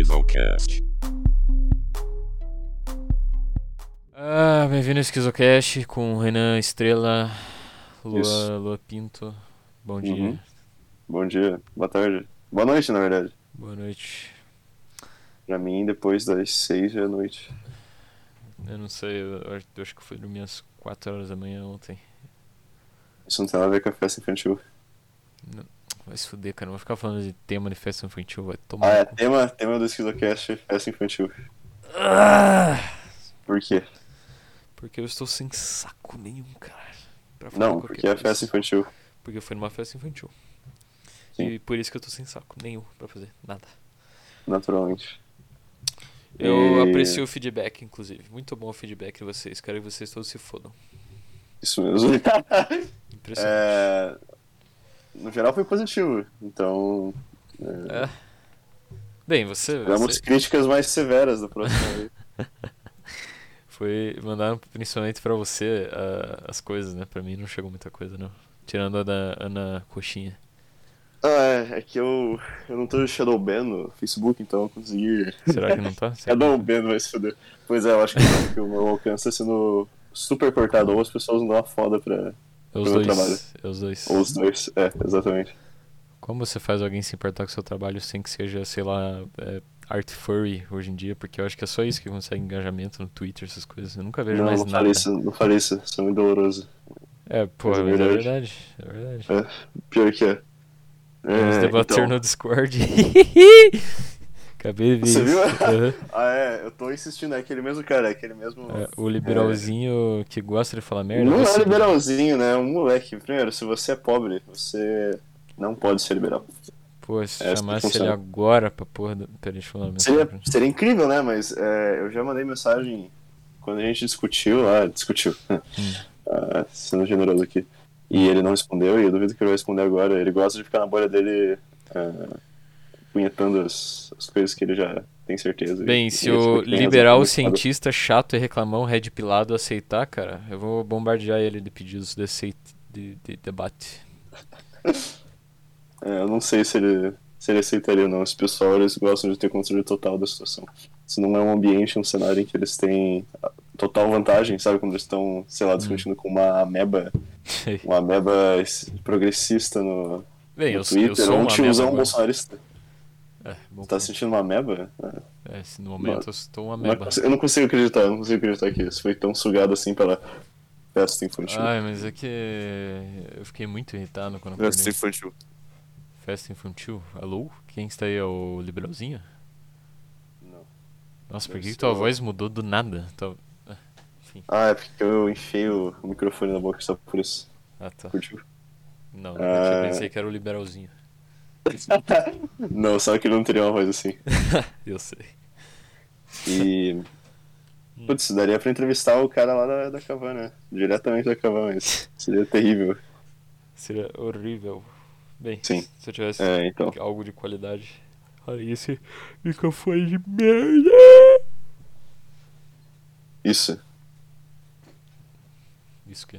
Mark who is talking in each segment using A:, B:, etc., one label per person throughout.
A: Esquizocast.
B: Ah, bem-vindo ao Esquizocast com Renan Estrela, Lua,
C: Isso.
B: Lua Pinto. Bom dia,
C: Uhum. Bom dia, boa tarde. Boa noite, na verdade.
B: boa noite.
C: Pra mim, depois das seis da noite.
B: Eu não sei, eu acho- eu acho que fui dormir às 4 horas da manhã ontem.
C: Isso não tem nada a ver com a festa infantil.
B: Vai se fuder, cara. Não vou ficar falando de tema de festa infantil, vai tomar.
C: Ah, é.
B: no cu.
C: Tema, tema do Esquizocast é festa infantil.
B: Ah,
C: Por quê?
B: porque eu estou sem saco nenhum, cara. pra falar
C: Não,
B: qualquer
C: porque é
B: coisa.
C: festa infantil.
B: Porque foi numa festa infantil.
C: Sim.
B: E por isso que eu tô sem saco nenhum pra fazer nada.
C: Naturalmente.
B: Eu
C: E-
B: aprecio o feedback, inclusive. Muito bom o feedback de vocês. Quero que vocês todos se fodam.
C: Isso mesmo.
B: Impressionante.
C: É, no geral foi positivo. Então. É...
B: É. Bem, você,
C: Tivemos
B: você
C: críticas mais severas da próxima vez.
B: foi mandar principalmente pra você ah, as coisas, né? Pra mim não chegou muita coisa, não. Tirando a da Ana Coxinha.
C: Ah, é, é que eu, eu não tô shadow ban no Facebook, então eu consegui
B: Será que não tá? Será que
C: Cada um
B: não tá?
C: bando vai se fuder. Pois é, eu acho que não, porque o meu alcance tá sendo super cortado, ou as pessoas não dão uma foda pra.
B: É os
C: Foi
B: dois.
C: meu
B: É os dois.
C: Ou os dois. É, exatamente.
B: Como você faz alguém se importar com seu trabalho sem que seja, sei lá, é, art furry hoje em dia? Porque eu acho que é só isso que consegue engajamento no Twitter, essas coisas. Eu nunca vejo
C: não,
B: mais
C: não
B: nada.
C: falei isso, não falei isso, isso é muito doloroso.
B: É, pô,
C: Mas
B: mas
C: é
B: é
C: verdade.
B: verdade. É verdade.
C: Pior que é.
B: Vamos
C: É,
B: debater
C: então.
B: no Discord. Acabei de ver
C: Você
B: isso.
C: viu?
B: Aham.
C: Ah, é, eu tô insistindo, é aquele mesmo cara, é aquele mesmo.
B: É, O liberalzinho que gosta de falar merda.
C: Não é
B: você-
C: liberalzinho, né? É um moleque. Primeiro, se você é pobre, você não pode ser liberal.
B: Pô, se
C: É, isso
B: chamasse
C: que
B: ele
C: funciona.
B: agora pra porra. Do... Peraí, deixa eu mandar uma
C: Seria,
B: mensagem.
C: seria incrível, né? Mas é, eu já mandei mensagem quando a gente discutiu lá, discutiu,
B: Hum.
C: Ah, sendo generoso aqui. E ele não respondeu, e eu duvido que ele vai responder agora. Ele gosta de ficar na bolha dele ah, punhetando as, as coisas que ele já tem certeza.
B: Bem,
C: E-
B: se
C: e
B: o
C: tem razão,
B: liberal
C: tem razão.
B: cientista chato e reclamão red pilado aceitar, cara, eu vou bombardear ele de pedidos de, aceit- de, de debate.
C: É, eu não sei se ele, se ele aceitaria ou não. Esse pessoal, eles gostam de ter controle total da situação. Se não é um ambiente, um cenário em que eles têm ah, total vantagem, sabe? Quando eles estão, sei lá,
B: Hum.
C: discutindo com uma ameba uma ameba es- progressista no,
B: Bem,
C: no
B: eu, eu
C: Twitter,
B: sou
C: ou um
B: uma ameba.
C: tiozão
B: agora.
C: bolsonarista.
B: É, bom,
C: Tu tá sentindo uma ameba? É,
B: é, se no momento eu um estou uma
C: não é
B: ameba.
C: possi- Eu não consigo acreditar, eu não consigo acreditar que isso foi tão sugado assim pela festa infantil.
B: Ai, mas é que eu fiquei muito irritado quando eu acordei.
C: infantil.
B: Festa infantil? Alô? Quem está aí? É o Liberalzinho?
C: Não.
B: Nossa, por
C: Eu
B: que, que
C: sou-
B: tua voz mudou do nada? Tua-
C: Ah, é porque eu enfiei o o microfone na boca só por isso.
B: Ah, tá.
C: Curtiu?
B: Não, eu
C: Ah.
B: pensei que era o Liberalzinho.
C: Não, só que ele não teria uma voz assim.
B: Eu sei.
C: E. Putz, daria pra entrevistar o cara lá da, da Cavan, né? Diretamente da Cavan, mas seria terrível.
B: Seria horrível. Bem,
C: Sim.
B: se eu tivesse
C: É, então.
B: algo de qualidade. Olha esse microfone de merda!
C: Isso.
B: Isso que.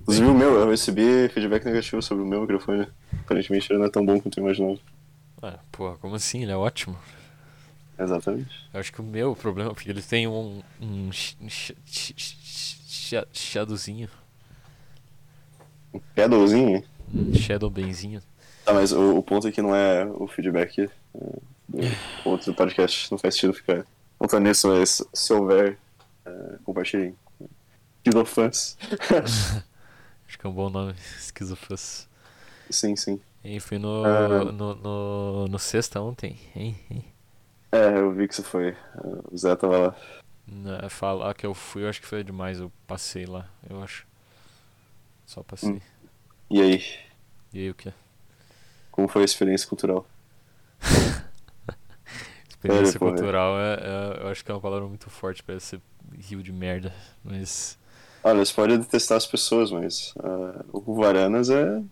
C: Inclusive o meu, eu recebi feedback negativo sobre o meu microfone. Aparentemente ele não é tão bom quanto eu imaginava.
B: Ah, porra, como assim? Ele é ótimo.
C: Exatamente.
B: Eu acho que o meu problema é porque ele tem um. um. ch- ch- ch- ch- ch- shadowzinho.
C: Pedalzinho?
B: Um shadow benzinho.
C: É Tá, mas o, o ponto aqui não é o feedback é, do outro podcast. Não faz sentido ficar contando nisso, mas se houver, é, compartilhem. Quilofãs.
B: Acho que é um bom nome, esquizofas.
C: sim, sim.
B: Hein, fui no,
C: Ah.
B: no, no, no sexta ontem, hein? hein?
C: É, eu vi que você foi. É, O Zé tava lá.
B: Na- Falar que eu fui, eu acho que foi demais. Eu passei lá, eu acho. Só passei.
C: Hum. E aí,
B: E aí, o que?
C: como foi a experiência cultural?
B: Experiência
C: pô, velho.
B: cultural, é, é- eu acho que é uma palavra muito forte pra esse rio de merda. Mas.
C: Olha, você pode detestar as pessoas, mas é, o Varanas é.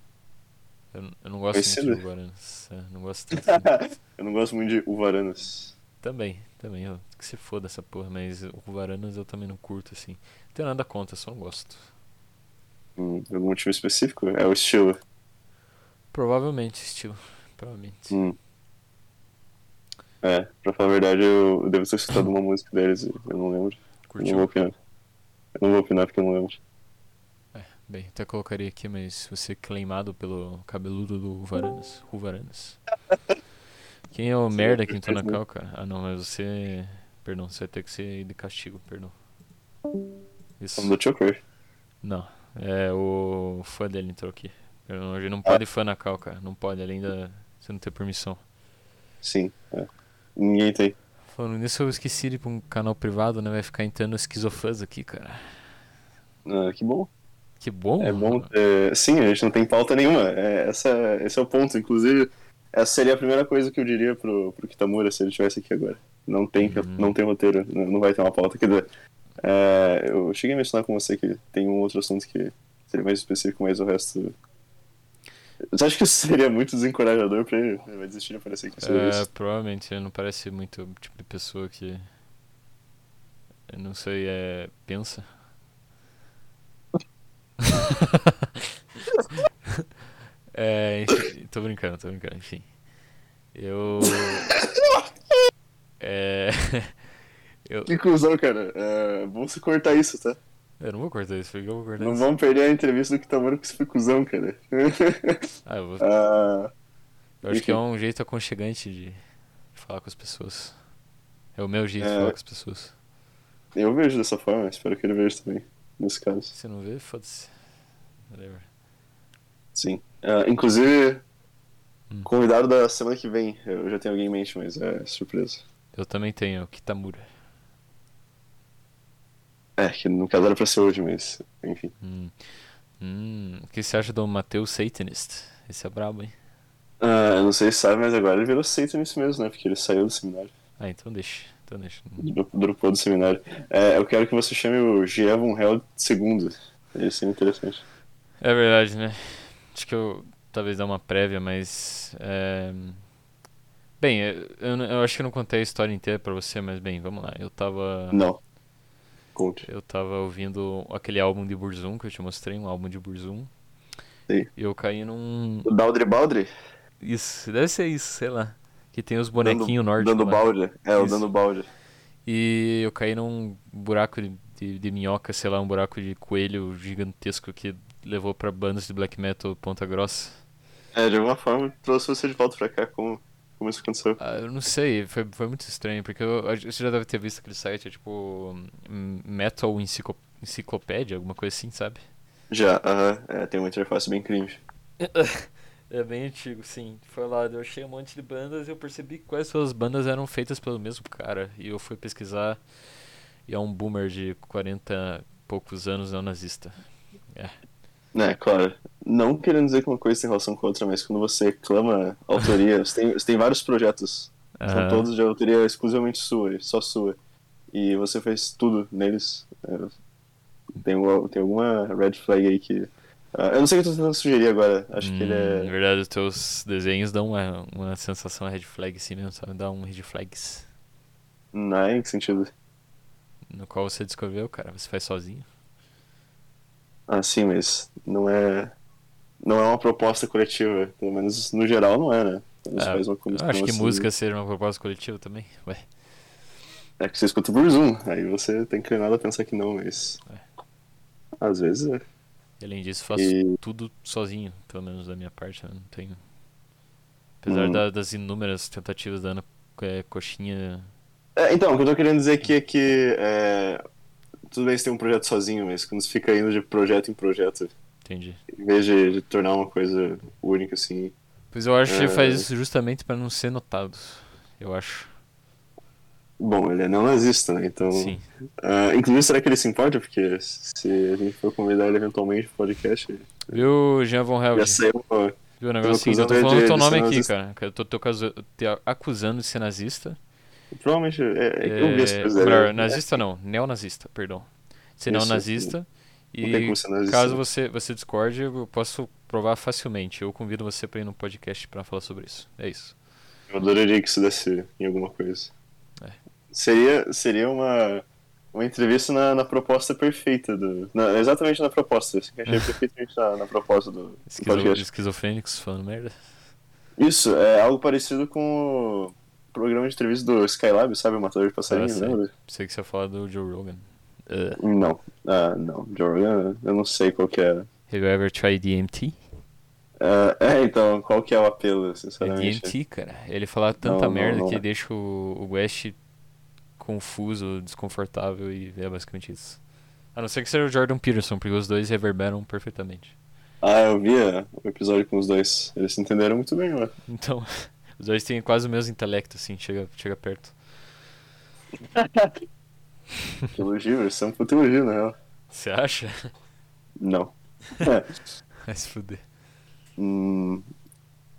B: Eu, eu não gosto muito
C: Conhecido.
B: de Guaranas. é, não gosto tanto. assim.
C: eu não gosto muito de Uvaranas.
B: também, também. Eu, que se foda essa porra, mas o Guaranas eu também não curto, assim. Não tenho nada contra, só não gosto.
C: Hum, algum motivo específico? um É o estilo.
B: Provavelmente, estilo. provavelmente.
C: Hum. É, pra falar a verdade, eu devo ter escutado uma música deles e eu não lembro. Eu não vou
B: Curtiu?
C: opinar. Eu não vou opinar porque eu não lembro.
B: Bem, até colocaria aqui, mas você claimado pelo cabeludo do Varanas. O Varanas. Quem é o
C: Sim,
B: merda que entrou na
C: perfeito.
B: cal, cara? Ah não, mas você. Perdão, você vai ter que ser de castigo, perdão. Isso.
C: O nome do Choker.
B: Não. É o fã dele entrou aqui. Perdão, a gente
C: Ah.
B: não pode fã na cal, cara. Não pode, além da. Você não ter permissão.
C: Sim. É. Ninguém tem.
B: Falando nisso, eu esqueci de ir pra um canal privado, né? Vai ficar entrando esquizofãs aqui, cara.
C: Ah, que bom.
B: Que bom,
C: É bom
B: mano.
C: ter... Sim, a gente não tem pauta nenhuma. É, essa, esse é o ponto. Inclusive, essa seria a primeira coisa que eu diria pro, pro Kitamura se ele estivesse aqui agora. Não tem, não tem roteiro, né? não não vai ter uma pauta. Quer dizer, é, eu cheguei a mencionar com você que tem um outro assunto que seria mais específico, mas o resto. Você acha que isso seria muito desencorajador pra ele? Ele vai desistir de aparecer aqui sobre
B: É,
C: isso.
B: provavelmente, ele não parece muito o tipo de pessoa que. Eu não sei, é. pensa. é, enfim, tô brincando, tô brincando, enfim. Eu. É. Eu,
C: Que cuzão, cara. É, vamos cortar isso, tá?
B: eu não vou cortar isso, porque eu vou cortar
C: Não
B: isso.
C: vamos perder a entrevista do Kitamura com esse cuzão, cara.
B: Ah, eu, vou-
C: Ah.
B: eu acho que é
C: enfim.
B: um jeito aconchegante de falar com as pessoas. É o meu jeito de
C: É.
B: falar com as pessoas.
C: Eu vejo dessa forma, espero que ele veja também, nesse caso.
B: Se não vê, foda-se. Whatever.
C: Sim. Ah, inclusive,
B: Hum.
C: convidado da semana que vem, eu já tenho alguém em mente, mas é surpresa.
B: Eu também tenho, é o Kitamura.
C: É, que no caso era pra ser hoje, mas enfim.
B: Hum. Hum. O que você acha do Mateus Satanist? Esse é brabo, hein?
C: Ah, eu não sei se sabe, mas agora ele virou seita nisso mesmo, né? Porque ele saiu do seminário,
B: Ah, então deixa. Então deixa.
C: dro- dropou do seminário. É, eu quero que você chame o Gievon Hell II. Ele seria interessante.
B: É verdade, né? Acho que eu talvez dá uma prévia, mas. é, Bem, eu, eu não- eu acho que eu não contei a história inteira pra você, mas bem, vamos lá. Eu tava.
C: Não. Conte.
B: Eu tava ouvindo aquele álbum de Burzum que eu te mostrei, um álbum de Burzum.
C: Sei.
B: E eu caí num.
C: Daldre Baldre?
B: Isso, deve ser isso, sei lá. Que tem os bonequinhos norte.
C: Dando
B: lá.
C: balde. É, o
B: né? Isso.
C: Dando Balde.
B: E eu caí num buraco de, de, de minhoca, sei lá, um buraco de coelho gigantesco que levou pra bandas de black metal Ponta Grossa.
C: É, de alguma forma trouxe você de volta pra cá, como, como isso aconteceu.
B: Ah, eu não sei, foi, foi muito estranho, porque eu, a gente- você já deve ter visto aquele site, é tipo hum, Metal Enciclo- Enciclopédia, alguma coisa assim, sabe?
C: Já, aham, é, tem uma interface bem cringe.
B: É bem antigo, sim. Foi lá, eu achei um monte de bandas e eu percebi que quais todas as bandas eram feitas pelo mesmo cara. E eu fui pesquisar e é um boomer de 40 e poucos anos neonazista.
C: Né, claro. Não querendo dizer que uma coisa tem relação com a outra, mas quando você reclama autoria, você tem, você tem vários projetos. São
B: Aham.
C: todos de autoria exclusivamente sua, só sua. E você faz tudo neles. É, tem, uma- tem alguma red flag aí que. ah, eu não sei o que eu tô tentando sugerir agora. Acho que ele
B: Hum, Na
C: é.
B: verdade, os teus desenhos dão uma, uma sensação red flag assim mesmo, sabe? Dá um red flags. Hum.
C: Não, em que sentido?
B: No qual você descobriu, cara, você faz sozinho.
C: Ah, sim, mas não é. Não é uma proposta coletiva. Pelo menos no geral não é, né? Quando você
B: Ah,
C: faz uma
B: eu
C: comissão,
B: acho que
C: você-
B: música seja uma proposta coletiva também. Ué.
C: É que você escuta por Zoom, aí você tá inclinado a pensar que não, mas.
B: É.
C: Às vezes é.
B: E, além disso, faço
C: E-
B: tudo sozinho, pelo menos da minha parte. Eu não tenho. Apesar
C: Hum.
B: da- das inúmeras tentativas da Ana é, Coxinha.
C: É, então, o que eu tô querendo dizer aqui é que. é, Tudo bem você tem um projeto sozinho, mas quando você fica indo de projeto em projeto,
B: Entendi.
C: em vez de, de tornar uma coisa única, assim.
B: Pois eu acho que ele
C: É.
B: faz isso justamente pra não ser notado. Eu acho.
C: Bom, ele é neonazista, né? Então.
B: Sim.
C: ah, inclusive, será que ele se importa? Porque se a gente for convidar ele eventualmente pro podcast,
B: Viu, Jean Von Helge?
C: já saiu. ó,
B: Viu o negócio seguinte? Eu tô
C: acusando
B: falando
C: ele
B: teu
C: de
B: nome
C: ser
B: aqui,
C: nazista.
B: cara. que Eu tô, tô casu- te a- acusando de ser nazista.
C: Provavelmente. É, é que eu vi as
B: É,
C: coisas
B: ou
C: dele,
B: melhor,
C: né?
B: nazista não, neonazista, perdão. Ser
C: Isso,
B: neonazista.
C: não tem
B: E
C: como ser nazista,
B: caso
C: né?
B: você, você discorde, eu posso provar facilmente. Eu convido você pra ir no podcast pra falar sobre isso. É isso.
C: Eu adoraria que isso desse em alguma coisa.
B: É.
C: Seria, seria uma, uma entrevista na, na proposta perfeita do. na- exatamente na proposta. Eu achei perfeitamente na, na proposta do, do
B: Esquizo,
C: podcast.
B: esquizofrênicos falando merda.
C: Isso, é algo parecido com o programa de entrevista do Skylab, sabe? O Matador de
B: Ah,
C: Passarinhos,
B: sei.
C: lembra?
B: Pensei que você ia falar do Joe Rogan. Uh,
C: Não, ah, não. Jordan, eu não sei qual que é.
B: have you ever tried DMT?
C: Ah, é, então, qual que é o apelo,
B: É
C: sinceramente?
B: DMT, cara. Ele fala tanta
C: Não, não,
B: merda
C: não
B: que
C: é.
B: deixa o, o West confuso, desconfortável e é basicamente isso. A não ser que seja o Jordan Peterson, porque os dois reverberam perfeitamente.
C: Ah, eu via o episódio com os dois. Eles se entenderam muito bem, né? mano.
B: Então, os dois têm quase o mesmo intelecto, assim, chega, chega perto.
C: Que elogio, isso é um puto elogio, na real.
B: Você acha?
C: Não.
B: Vai se fuder.
C: Hum,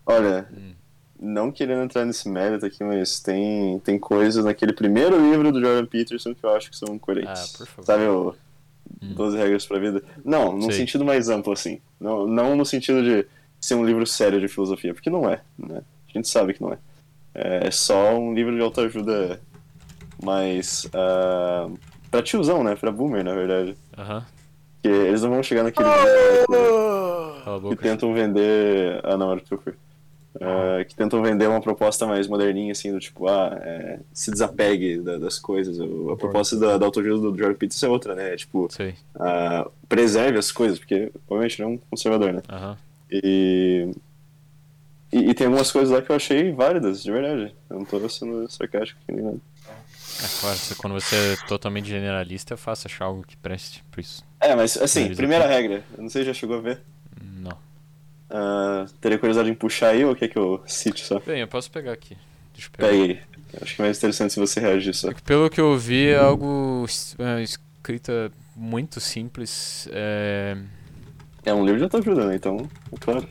C: olha,
B: Hum.
C: não querendo entrar nesse mérito aqui, mas tem, tem coisas naquele primeiro livro do Jordan Peterson que eu acho que são coerentes.
B: Ah, por favor.
C: Sabe o
B: Hum.
C: 12 Regras pra Vida? Não, num
B: Sei.
C: sentido mais amplo, assim. Não, não no sentido de ser um livro sério de filosofia, porque não é, né? A gente sabe que não é. É só um livro de autoajuda mais... ah, pra tiozão, né? Pra boomer, na verdade.
B: Aham.
C: Porque eles não vão chegar naquele né? momento
B: Cala a
C: que
B: boca.
C: tentam vender. Ah, não, era o Trooper. Ah, que tentam vender uma proposta mais moderninha, assim, do tipo, ah, é, se desapegue da- das coisas. O- A proposta da, da autoajuda do Jordan Peterson é outra, né? É tipo,
B: Sei.
C: ah, preserve as coisas, porque obviamente ele é um conservador, né?
B: Aham.
C: E, e, e tem algumas coisas lá que eu achei válidas, de verdade. Eu não tô sendo sarcástico aqui nem nada.
B: É claro, você- quando você é totalmente generalista, é fácil achar algo que preste por isso.
C: É, mas assim,
B: Finalizar
C: primeira regra, eu não sei se já chegou a ver.
B: Não.
C: Ah, teria curiosidade em puxar aí ou quer que eu cite só?
B: Bem, eu posso pegar aqui. Deixa eu pegar.
C: Pegue. Acho que é mais interessante se você reagir só.
B: Pelo que eu vi, é algo s- é, escrita muito simples. É,
C: É um livro já tá ajudando, então, é claro.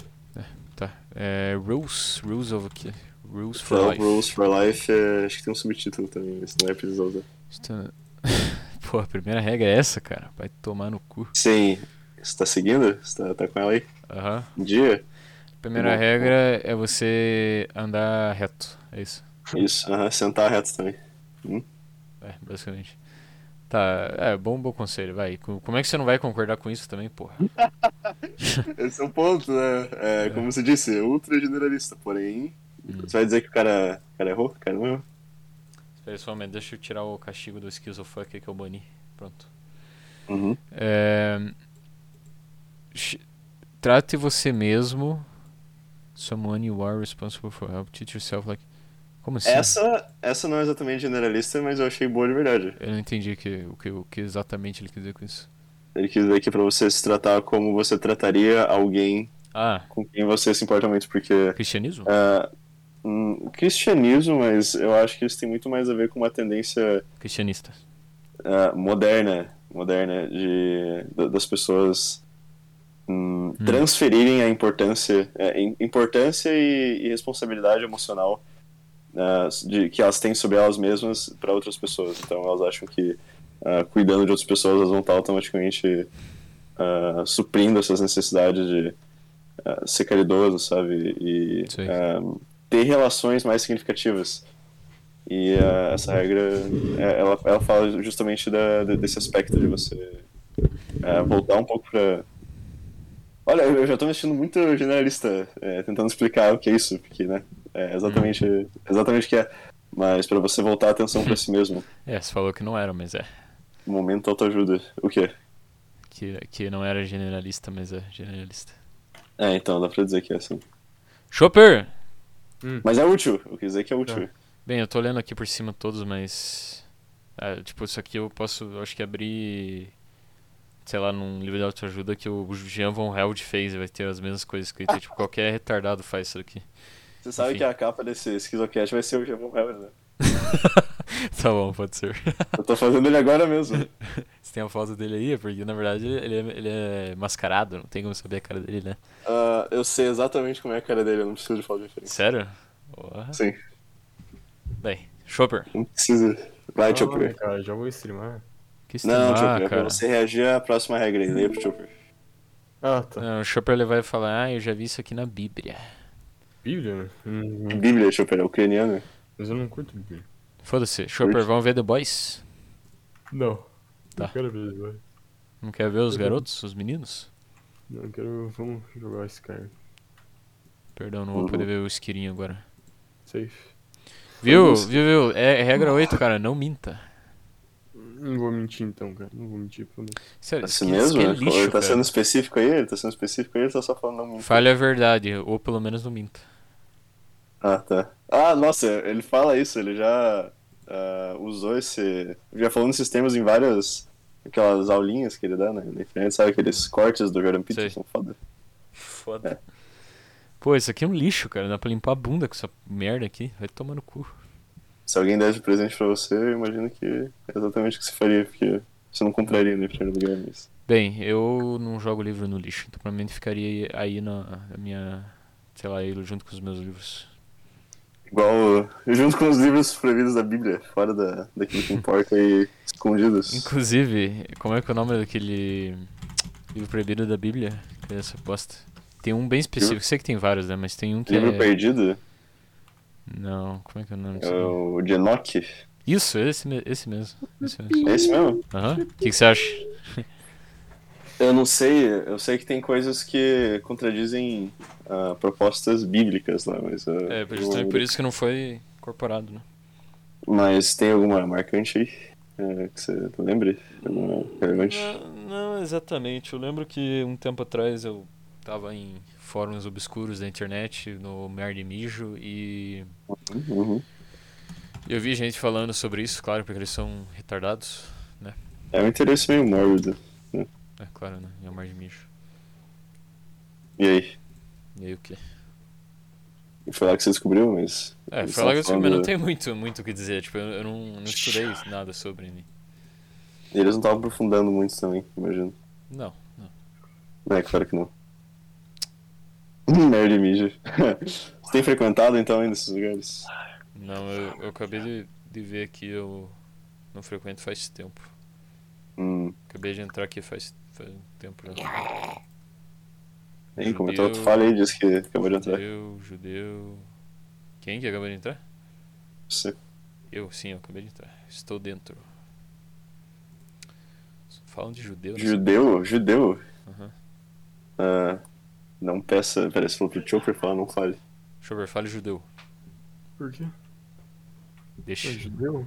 B: tá. É, rules, rules of que? Rules for
C: Então,
B: life.
C: Rules for Life, é, acho que tem um subtítulo também, mas não é preciso usar.
B: Está- é, Pô, a primeira regra é essa, cara. Vai tomar no cu.
C: Sim, você tá seguindo? Você tá, tá com ela aí?
B: Aham.
C: Em Dia?
B: Primeira
C: Bom, bom.
B: regra é você andar reto. É isso.
C: Isso, aham, sentar reto também.
B: É, basicamente. Tá, é bom, bom conselho, vai. Co- Como é que você não vai concordar com isso também, porra?
C: Esse é o ponto, né? É, como você disse, ultra generalista, porém. Você vai dizer que o cara, o cara errou? O cara não errou?
B: Espera só um momento, deixa eu tirar o castigo do Schizofuck que eu bani. Pronto.
C: Uhum.
B: É, ch- Trate você mesmo. Someone you are responsible for help. Treat yourself like. Como assim?
C: Essa, essa não é exatamente generalista, mas eu achei boa de verdade.
B: Eu não entendi que- o, que, o que exatamente ele quis dizer com isso.
C: Ele quis dizer que pra você se tratar como você trataria alguém
B: Ah,
C: com quem você se importa muito, porque
B: cristianismo?
C: Ah, hum, cristianismo, mas eu acho que isso tem muito mais a ver com uma tendência
B: Cristianista.
C: ah, moderna, moderna de, da- das pessoas hum, transferirem a importância, é, im- importância e, e responsabilidade emocional ah, de, que elas têm sobre elas mesmas para outras pessoas. Então elas acham que ah, cuidando de outras pessoas elas vão estar automaticamente ah, suprindo essas necessidades de ah, ser caridoso, sabe? E
B: Sim.
C: ah, ter relações mais significativas. E ah, essa regra, é, ela, ela fala justamente da, de- desse aspecto de você ah, voltar um pouco pra. Olha, eu eu já tô me sentindo muito generalista é, tentando explicar o que é isso, porque, né? É exatamente, exatamente o que é. Mas pra você voltar a atenção pra si mesmo,
B: É, você falou que não era, mas é.
C: momento autoajuda. O quê?
B: Que, que não era generalista, mas é generalista.
C: É, então, dá pra dizer que é assim.
B: Chopper!
C: Mas é útil, eu quis dizer que é útil.
B: Bem, eu tô lendo aqui por cima todos, mas. ah, tipo, isso aqui eu posso, eu acho que abrir. Sei lá, num livro de autoajuda que o Jean Von Held fez, vai ter as mesmas coisas escritas. tipo, qualquer retardado faz isso aqui.
C: Você sabe
B: Enfim.
C: que a capa desse Schizocast vai ser o Jamon Heller, né?
B: tá bom, pode ser.
C: Eu tô fazendo ele agora mesmo.
B: Você tem a foto dele aí? Porque na verdade ele é, ele é mascarado, não tem como saber a cara dele, né?
C: Ah, eu sei exatamente como é a cara dele, eu não preciso de falar diferente.
B: Sério? Porra.
C: Sim,
B: Bem, Chopper,
C: não precisa. Vai, Chopper.
A: Ah, cara, já vou streamar.
B: que se
C: Não,
B: tomar,
C: Chopper, é pra
B: cara.
C: você reagir à próxima regra aí. Leia pro Chopper.
A: Ah, tá.
B: Não, o Chopper ele vai falar, ah, eu já vi isso aqui na Bíblia.
A: Bíblia? né? Hum,
C: Bíblia, Chopper, é ucraniano.
A: mas eu não curto Bíblia.
B: Foda-se, Chopper, vamos ver The Boys?
A: Não.
B: Tá.
A: Não quero ver vai.
B: Não
C: Uhum.
B: quer ver os garotos, os meninos?
A: Não quero. Vamos jogar Skyrim.
B: Perdão, não vou
C: Uhum.
B: poder ver o esquirinho agora.
A: Safe.
B: Viu?
C: isso.
B: Viu, viu? É, é regra 8, cara, não minta.
A: Não vou mentir então, cara. Não vou mentir. pô, não.
B: Sério,
C: Assim
B: esqui- esqui
C: mesmo?
B: é
C: né?
B: lixo,
C: ele tá
B: cara.
C: sendo específico aí? Ele tá sendo específico aí? Ele tá só falando não minta.
B: Fale a verdade, ou pelo menos não minta.
C: Ah, tá. Ah, nossa, ele fala isso, ele já ah, usou esse. Já falou nesses temas em várias. Aquelas aulinhas que ele dá né, na internet, sabe? Aqueles cortes do Jordan Peterson, foda.
B: Foda. É. Pô, isso aqui é um lixo, cara. Dá pra limpar a bunda com essa merda aqui. Vai tomar no cu.
C: Se alguém der de presente pra você, eu imagino que é exatamente o que você faria, porque você não compraria no primeiro lugar nisso.
B: Bem, eu não jogo livro no lixo, então provavelmente ficaria aí na na minha. Sei lá, aí junto com os meus livros.
C: Igual. junto com os livros proibidos da Bíblia, fora da, daquilo que importa e escondidos.
B: Inclusive, como é que é o nome daquele livro proibido da Bíblia? Cadê essa bosta? Tem um bem específico, sei que tem vários, né? Mas tem um que
C: Livro
B: é...
C: perdido
B: Não, como é que é o nome
C: é
B: disso? aí?
C: o de Enoch.
B: Isso, esse, me- esse mesmo. Esse mesmo.
C: É esse mesmo?
B: Aham. O que, que você acha?
C: Eu não sei, eu sei que tem coisas que contradizem ah, propostas bíblicas lá, mas. ah,
B: É,
C: eu-
B: justamente por isso que não foi incorporado, né?
C: Mas tem alguma marcante aí ah, que você lembre? Alguma relevante?
B: Não, Ah, não exatamente. Eu lembro que um tempo atrás eu tava em fóruns obscuros da internet, no Merda e Mijo, e
C: Uhum.
B: eu vi gente falando sobre isso, claro, porque eles são retardados.
C: É um interesse meio mórbido.
B: É claro, né? É o Merda e Mijo.
C: E aí?
B: E aí o quê?
C: Foi lá que você descobriu, mas.
B: É,
C: Eles
B: foi lá
C: tão
B: que eu descobri, mas não
C: falando-
B: tem muito, muito o que dizer. Tipo, eu, eu não, não estudei nada sobre ele.
C: Eles não estavam aprofundando muito também, imagino.
B: Não, não.
C: É, claro que não. Nerd mídia. você tem frequentado então ainda esses lugares?
B: Não, eu, eu acabei de, de ver aqui, eu não frequento faz tempo.
C: Hum,
B: Acabei de entrar aqui faz, faz um tempo já.
C: Ah, aí, comentou,
B: Judeu.
C: tu fala aí, diz que acabou de entrar.
B: Judeu, judeu. Quem que acabou de entrar?
C: Você.
B: Eu, sim, eu acabei de entrar. Estou dentro. Falam de judeu, né?
C: Judeu? Judeu?
B: Aham.
C: Ah, não peça. Peraí, você falou pro Chopper falar, não fale.
B: Schober, fale judeu.
A: Por quê?
B: Deixa.
A: É judeu?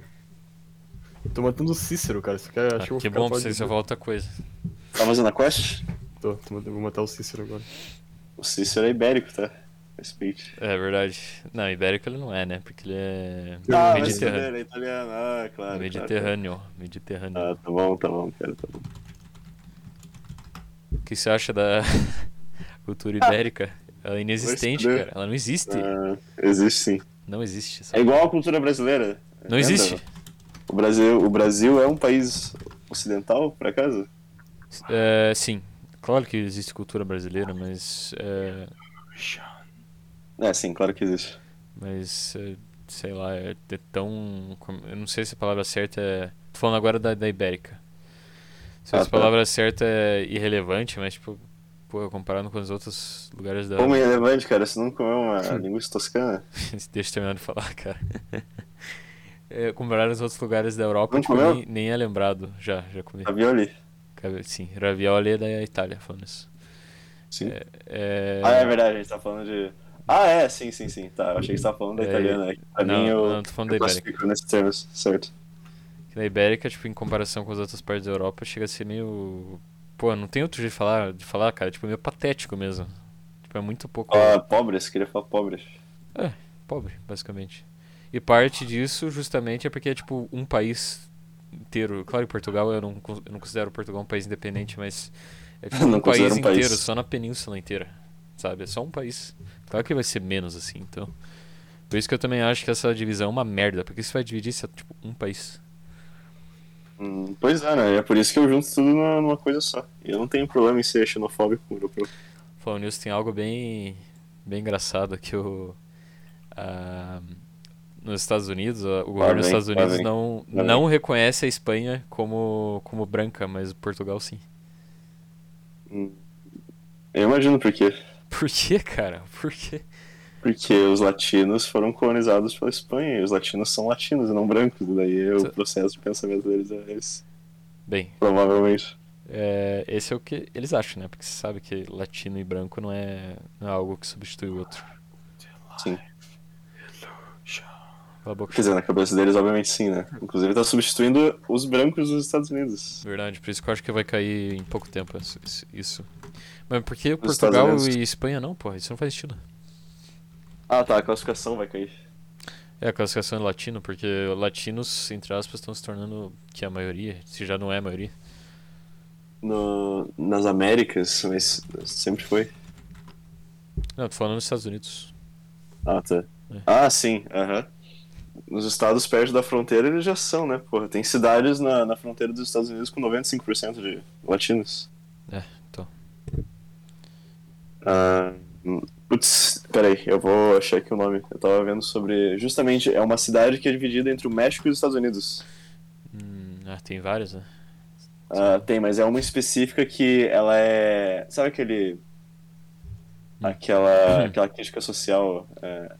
A: Eu tô matando o Cícero, cara. Você quer
B: Ah,
A: achar
B: que bom pra você, você falar outra coisa.
C: Tá fazendo a quest?
A: Tô, tô matando- vou matar o Cícero agora.
C: O Cícero é ibérico, tá? Respeite.
B: É verdade. Não, ibérico ele não é, né? Porque ele é
A: Ah, vai
C: mas
B: mediterrâneo.
C: é italiano. Ah, claro.
B: Mediterrâneo. Mediterrâneo.
C: Claro. Ah, tá bom, tá bom, cara, tá bom.
B: O que você acha da cultura ibérica? Ela é inexistente,
C: estudar.
B: cara. Ela não existe.
C: Ah, existe sim.
B: Não existe.
C: É
B: sabe?
C: igual a cultura brasileira.
B: Tá. Não
C: entenda?
B: existe.
C: O Brasil, o Brasil é um país ocidental, por acaso?
B: É, sim. Claro que existe cultura brasileira, mas. é,
C: É, sim, claro que existe.
B: Mas, eh, sei lá, é é tão. como- Eu não sei se a palavra certa é. Tô falando agora da, da Ibérica. Se
C: Ah,
B: a
C: tá.
B: palavra certa é irrelevante, mas, tipo, pô, comparando com os outros lugares da.
C: Como é relevante, cara, você não comeu uma linguiça toscana?
B: Deixa eu terminar de falar, cara. É, comparado aos outros lugares da Europa,
C: Não
B: tipo,
C: comeu?
B: nem, nem é lembrado. Já, já comi.
C: Ravioli?
B: Cabe- Sim, ravioli é da Itália, falando isso.
C: Sim.
B: É,
C: Ah, é verdade, a gente tá falando de. Ah, é, sim, sim, sim. Tá, eu achei que você tava falando da
B: É,
C: italiana. né? Pra
B: não,
C: mim, eu,
B: não, tô falando
C: eu
B: da ibérica.
C: classifico nesses termos, certo.
B: Que na Ibérica, tipo, em comparação com as outras partes da Europa, chega a ser meio. Pô, não tem outro jeito de falar, de falar, cara. Tipo, meio patético mesmo. Tipo, é muito pouco
C: Ah, pobres, queria falar pobres.
B: pobre, basicamente. E parte disso, justamente, é porque é, tipo, um país inteiro. Claro que Portugal, eu não, con- eu não considero Portugal um país independente, mas. É tipo,
C: Não
B: um país
C: considero um país.
B: inteiro, só na península inteira. Sabe? É só um país. Claro que vai ser menos assim, então. Por isso que eu também acho que essa divisão é uma merda. Porque se vai dividir, se é, tipo, um país.
C: Hum, pois é, né? É por isso que eu junto tudo numa, numa coisa só. E eu não tenho problema em ser xenofóbico com o europeu.
B: Falando nisso, tem algo bem, bem engraçado que o, ah, nos Estados Unidos, ah, o governo dos
C: vem,
B: Estados
C: lá
B: Unidos
C: vem,
B: não,
C: lá
B: não reconhece a Espanha como, como branca, mas Portugal sim.
C: Hum. Eu imagino por quê.
B: Por que, cara? Por que?
C: Porque os latinos foram colonizados pela Espanha, e os latinos são latinos e não brancos, e daí
B: Cê-
C: o processo de pensamento deles é esse,
B: Bem,
C: provavelmente.
B: é, esse é o que eles acham, né? Porque você sabe que latino e branco não é, não é algo que substitui o outro.
C: Sim.
B: Cala a boca.
C: Quer dizer, na cabeça deles, obviamente sim, né? Inclusive tá substituindo os brancos dos Estados Unidos.
B: Verdade, por isso que eu acho que vai cair em pouco tempo isso- isso- isso. Mas por que
C: Nos
B: Portugal
C: Estados Unidos.
B: e Espanha não, porra? Isso não faz sentido.
C: Ah tá, a classificação vai cair.
B: É a classificação é latino, porque latinos, entre aspas, estão se tornando que é a maioria, se já não é a maioria.
C: No, nas Américas, mas sempre foi.
B: Não, tô falando nos Estados Unidos.
C: Ah, tá.
B: É.
C: Ah, sim, aham. Nos estados perto da fronteira eles já são, né? Porra, tem cidades na, na fronteira dos Estados Unidos com 95% de latinos.
B: É, então.
C: Ah, hum, putz, peraí, eu vou achar aqui o nome. Eu tava vendo sobre. Justamente, é uma cidade que é dividida entre o México e os Estados Unidos.
B: Hum, ah, tem vários, né?
C: Ah, tem, mas é uma específica que ela é. Sabe aquele. Aquela,
B: Uhum.
C: aquela crítica social é,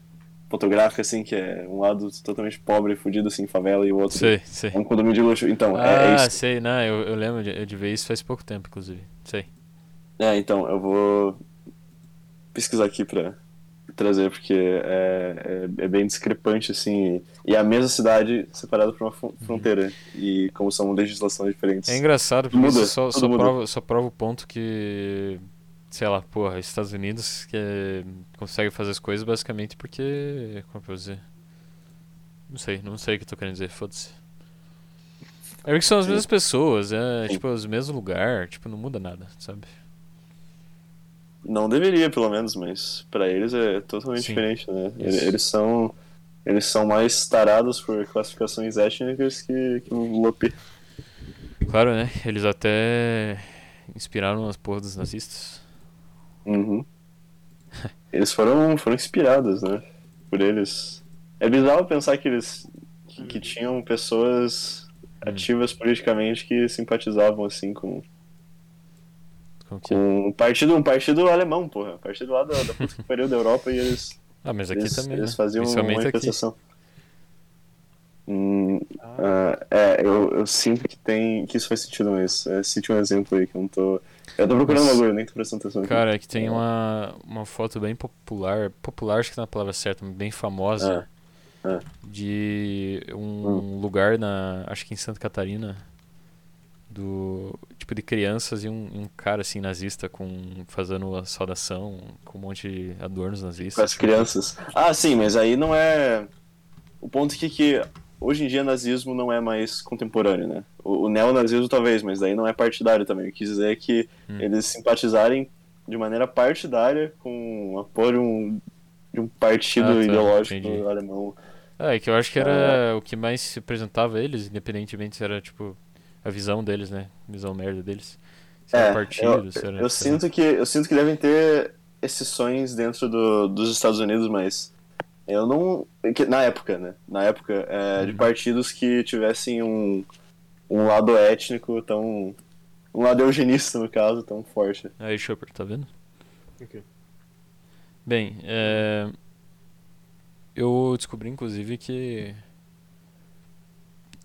C: fotográfica, assim, que é um lado totalmente pobre, fudido, assim, favela, e o outro
B: Sei, sei.
C: é um condomínio de luxo. Então, é, é
B: Ah,
C: isso.
B: sei, não, eu, eu lembro de, de ver isso faz pouco tempo, inclusive. Sei.
C: É, então, eu vou pesquisar aqui pra trazer, porque é, é, é bem discrepante, assim. E é a mesma cidade separada por uma fron-
B: Uhum.
C: fronteira. E como são legislações diferentes.
B: É engraçado, porque
C: Muda,
B: isso só,
C: tudo
B: só,
C: muda.
B: prova, só prova o ponto que, sei lá, porra, Estados Unidos que é- consegue fazer as coisas basicamente porque. Como é que eu vou dizer? Não sei, não sei o que eu tô querendo dizer, foda-se. É que são as
C: Sim.
B: mesmas pessoas, é
C: Sim.
B: tipo, os mesmos lugar, tipo, não muda nada, sabe?
C: Não deveria, pelo menos, mas pra eles é totalmente
B: Sim.
C: diferente, né? Ele-
B: Isso.
C: Eles, são. Eles são mais tarados por classificações étnicas que, que o Lope.
B: Claro, né? Eles até inspiraram as porras dos nazistas.
C: Uhum. Eles foram, foram inspirados, né? Por eles. É bizarro pensar que eles. que, que tinham pessoas
B: Hum.
C: ativas politicamente que simpatizavam, assim, com,
B: Como que é?
C: com um partido, um partido alemão, porra. Um partido lá da, da puta que pariu da Europa e eles.
B: Ah, mas aqui
C: eles,
B: também.
C: eles
B: né?
C: faziam um uma
B: Principalmente aqui.
C: manifestação. Hum, ah, é, eu, eu sinto que tem. que isso faz sentido, mas é, cite um exemplo aí que eu não tô. Eu tô procurando um
B: Mas-
C: bagulho, nem tô prestando atenção aqui.
B: Cara, é que tem uma, uma foto bem popular, popular acho que não é a palavra certa, mas bem famosa,
C: Ah, Hum. ah.
B: de um lugar na, acho que em Santa Catarina, do tipo de crianças e um, e um cara assim nazista com fazendo a saudação com um monte de adornos
C: com
B: nazistas.
C: as crianças. Ah, sim, mas aí não é. O ponto é que, que hoje em dia nazismo não é mais contemporâneo, né? O, o neonazismo talvez, mas daí não é partidário também. O que quis dizer é que
B: Hum.
C: eles simpatizarem de maneira partidária com o apoio um, de um partido
B: Ah, tá,
C: ideológico
B: entendi.
C: alemão.
B: Ah, é que eu acho que era o que mais se apresentava a eles, independentemente se era tipo a visão deles, né? Visão merda deles. Se
C: É,
B: era
C: eu-
B: partido, se era.
C: Eu
B: sei lá.
C: sinto que eu sinto que devem ter exceções dentro do, dos Estados Unidos, mas eu não que- na época, né? Na época é,
B: Uhum.
C: de partidos que tivessem um um lado étnico tão um lado eugenista no caso tão forte.
B: Aí, Chopper, tá vendo?
A: Ok.
B: Bem, é... eu descobri inclusive que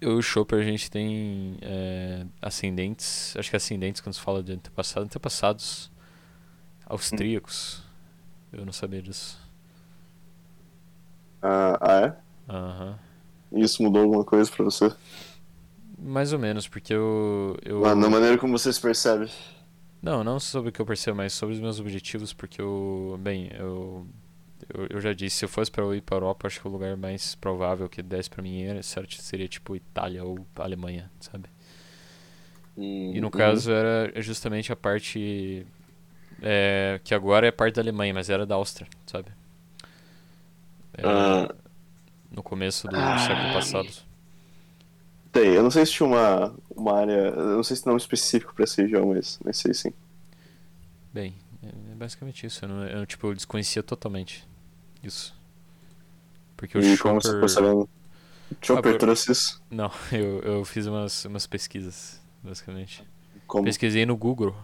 B: eu e o Chopper a gente tem é, ascendentes, acho que é ascendentes quando se fala de antepassados, antepassados austríacos. Eu não sabia disso.
C: Ah, ah, é?
B: Aham.
C: Isso mudou alguma coisa pra você?
B: Mais ou menos, porque eu. eu...
C: Ah, na maneira como você se percebe.
B: Não, não sobre o que eu percebo, mas sobre os meus objetivos, porque eu, bem, eu, eu, eu já disse, se eu fosse para ir para a Europa, acho que o lugar mais provável que desse para mim era, certo, seria tipo Itália ou Alemanha, sabe? E
C: Uhum.
B: no caso era justamente a parte é, que agora é parte da Alemanha, mas era da Áustria, sabe? Era
C: Ah.
B: no começo do século passado.
C: Tem, eu não sei se tinha uma, uma área, eu não sei se tem nome específico pra essa região, mas, mas sei sim.
B: Bem, é é basicamente isso. Eu, não, eu tipo, eu desconhecia totalmente isso. Porque o
C: e como você
B: Chopper...
C: ficou sabendo? Chopper
B: por-
C: trouxe isso?
B: Não, eu, eu fiz umas, umas pesquisas, basicamente.
C: Como?
B: Pesquisei no Google,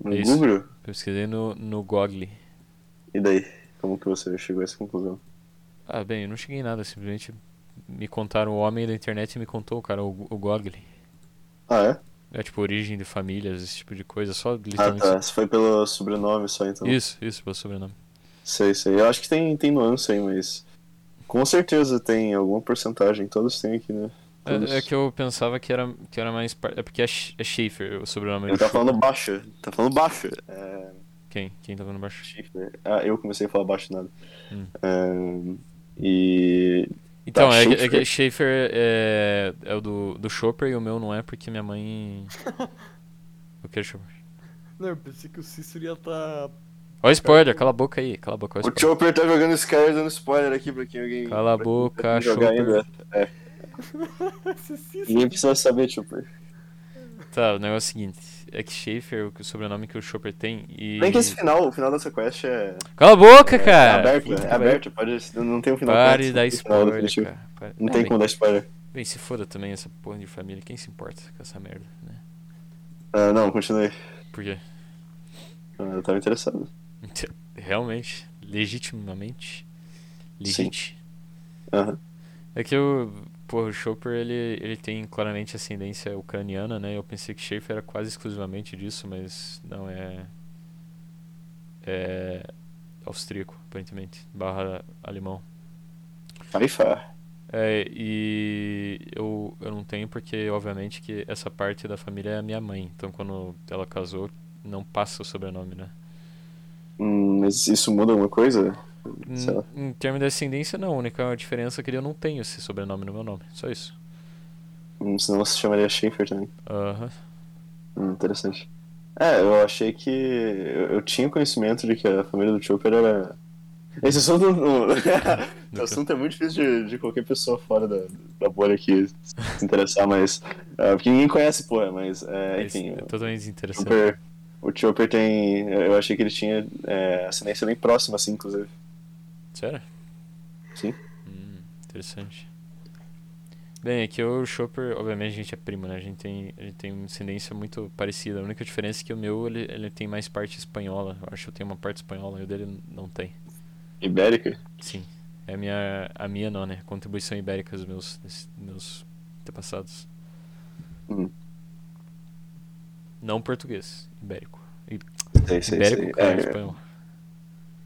C: No
B: isso.
C: Google?
B: pesquisei no, no Google.
C: E daí? Como que você chegou a essa conclusão?
B: Ah, bem, eu não cheguei em nada, simplesmente me contaram, o homem da internet me contou, cara, o, o Google.
C: Ah, é?
B: É tipo origem de famílias, esse tipo de coisa, só
C: Ah,
B: literalmente.
C: tá. Isso foi pelo sobrenome só, então.
B: Isso, isso, pelo sobrenome.
C: Sei, sei. Eu acho que tem, tem nuance aí, mas. Com certeza tem alguma porcentagem, todos têm aqui, né? Todos.
B: É, é que eu pensava que era, que era mais. par- É porque é, Sch- é Schaefer o sobrenome
C: Ele
B: do
C: tá
B: Schaefer.
C: falando baixo. Tá falando baixo. É,
B: Quem? Quem tá falando baixo?
C: Schaefer. Ah, eu comecei a falar baixo nada.
B: Hum.
C: É, e.
B: Então, é, que- é
C: Schaefer.
B: que Schaefer é, é o do, do Chopper e o meu não é porque minha mãe. O que é Chopper?
A: Não, eu pensei que o Cícero ia tá.
B: Olha o spoiler, cala a boca aí, cala a boca, olha o
C: É. O
B: spoiler.
C: Chopper tá jogando Skyrim dando spoiler aqui pra quem alguém.
B: Cala a
C: pra quem
B: boca,
C: tá jogar
B: Chopper.
C: ainda. É,
A: Esse Cícero.
C: Ninguém precisa saber, Chopper.
B: Tá, o negócio é o seguinte: é que Schaefer, o que- o sobrenome que o Chopper tem e.
C: Bem que esse final, o final dessa quest é.
B: Cala a boca,
C: é
B: cara!
C: aberto,
B: Puta que
C: é
B: pariu.
C: aberto, pode. Não tem um final.
B: Pare
C: certo,
B: de dar
C: tem um final
B: spoiler,
C: definitivo.
B: cara. Pare-
C: Não
B: É,
C: tem
B: bem,
C: como dar spoiler.
B: bem, se foda também essa porra de família, quem se importa com essa merda, né?
C: Ah, não, continue.
B: Por quê?
C: Ah, Eu tava interessado.
B: Realmente, legitimamente.
C: Sim.
B: Legit.
C: Aham.
B: É que o, pô, o Chopper ele, ele tem claramente ascendência ucraniana, né? Eu pensei que Schaefer era quase exclusivamente disso, mas não é. É. austríaco, aparentemente, barra alemão.
C: Haifa.
B: É, e eu, eu não tenho porque, obviamente, que essa parte da família é a minha mãe. Então, quando ela casou, não passa o sobrenome, né?
C: Hum, mas isso muda alguma coisa?
B: Hum.
C: Sei lá.
B: Em, em termos de ascendência, não. A única diferença é que eu não tenho esse sobrenome no meu nome. Só isso.
C: Hum, Senão você chamaria Schaefer também.
B: Aham.
C: Hum, interessante. É, eu achei que. Eu, eu tinha conhecimento de que a família do Chopper era. Esse assunto. não- Esse assunto é muito difícil de, de qualquer pessoa fora da, da bolha aqui se interessar, mas. ah, porque ninguém conhece, pô, mas. é,
B: Mas
C: enfim,
B: é totalmente
C: o
B: desinteressante.
C: Chopper. O Chopper tem. Eu achei que ele tinha é, ascendência bem próxima, assim, inclusive.
B: Sério?
C: Sim.
B: Hum, interessante. Bem, aqui o Chopper, obviamente a gente é primo, né? A gente tem, a gente tem uma ascendência muito parecida. A única diferença é que o meu, ele, ele tem mais parte espanhola. Eu acho que eu tenho uma parte espanhola e o dele não tem.
C: Ibérica?
B: Sim. É a minha, a minha não, né? Contribuição ibérica dos meus, dos meus antepassados.
C: Hum.
B: Não português, ibérico. I-
C: Sei, sei,
B: ibérico, tipo,
C: sei.
B: cara,
C: É,
B: espanhol.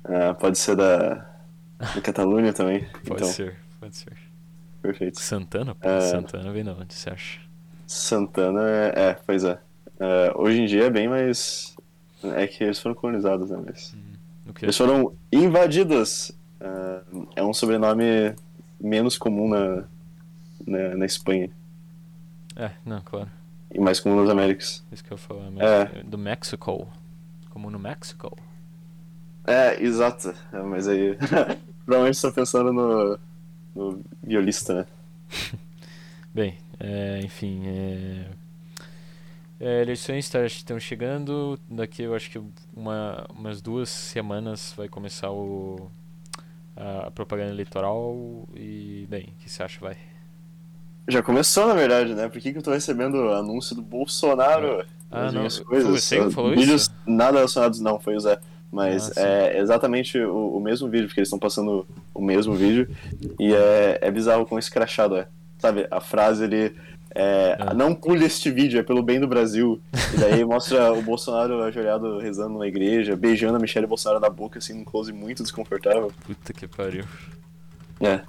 C: ah, pode ser da. Da Catalunha também.
B: Pode
C: então,
B: ser, pode ser.
C: perfeito.
B: Santana? Pô,
C: É.
B: Santana vem da onde, você acha?
C: Santana é, é, pois é. É, hoje em dia é bem mais. É que eles foram colonizados, né? Mas...
B: No que?
C: Eles foram invadidos. É, é um sobrenome menos comum na, na, na Espanha
B: É, não, claro.
C: e mais comum nas Américas.
B: Isso que eu ia falar. Mas
C: É.
B: Do México. Como no México.
C: É, exato. É, mas aí. Provavelmente você tá pensando no, no violista, né?
B: Bem, é, enfim. É... é, eleições tá- estão chegando. Daqui eu acho que uma, umas duas semanas vai começar o, a, a propaganda eleitoral. E, bem, o que você acha? Vai.
C: Já começou, na verdade, né? Por que, que eu tô recebendo anúncio do Bolsonaro?
B: Ah,
C: nas
B: não.
C: minhas
B: Foi
C: coisas?
B: você que falou
C: Vídeos
B: isso?
C: nada relacionados, não, foi o Zé. Mas
B: Ah, sim.
C: é exatamente o, o mesmo vídeo, porque eles estão passando o mesmo vídeo. E é, é bizarro com escrachado, é. Sabe, a frase ele. é,
B: Ah.
C: Não pule este vídeo, é pelo bem do Brasil. E daí mostra o Bolsonaro ajoelhado rezando numa igreja, beijando a Michelle Bolsonaro na boca, assim, num close muito desconfortável.
B: Puta que pariu.
C: É.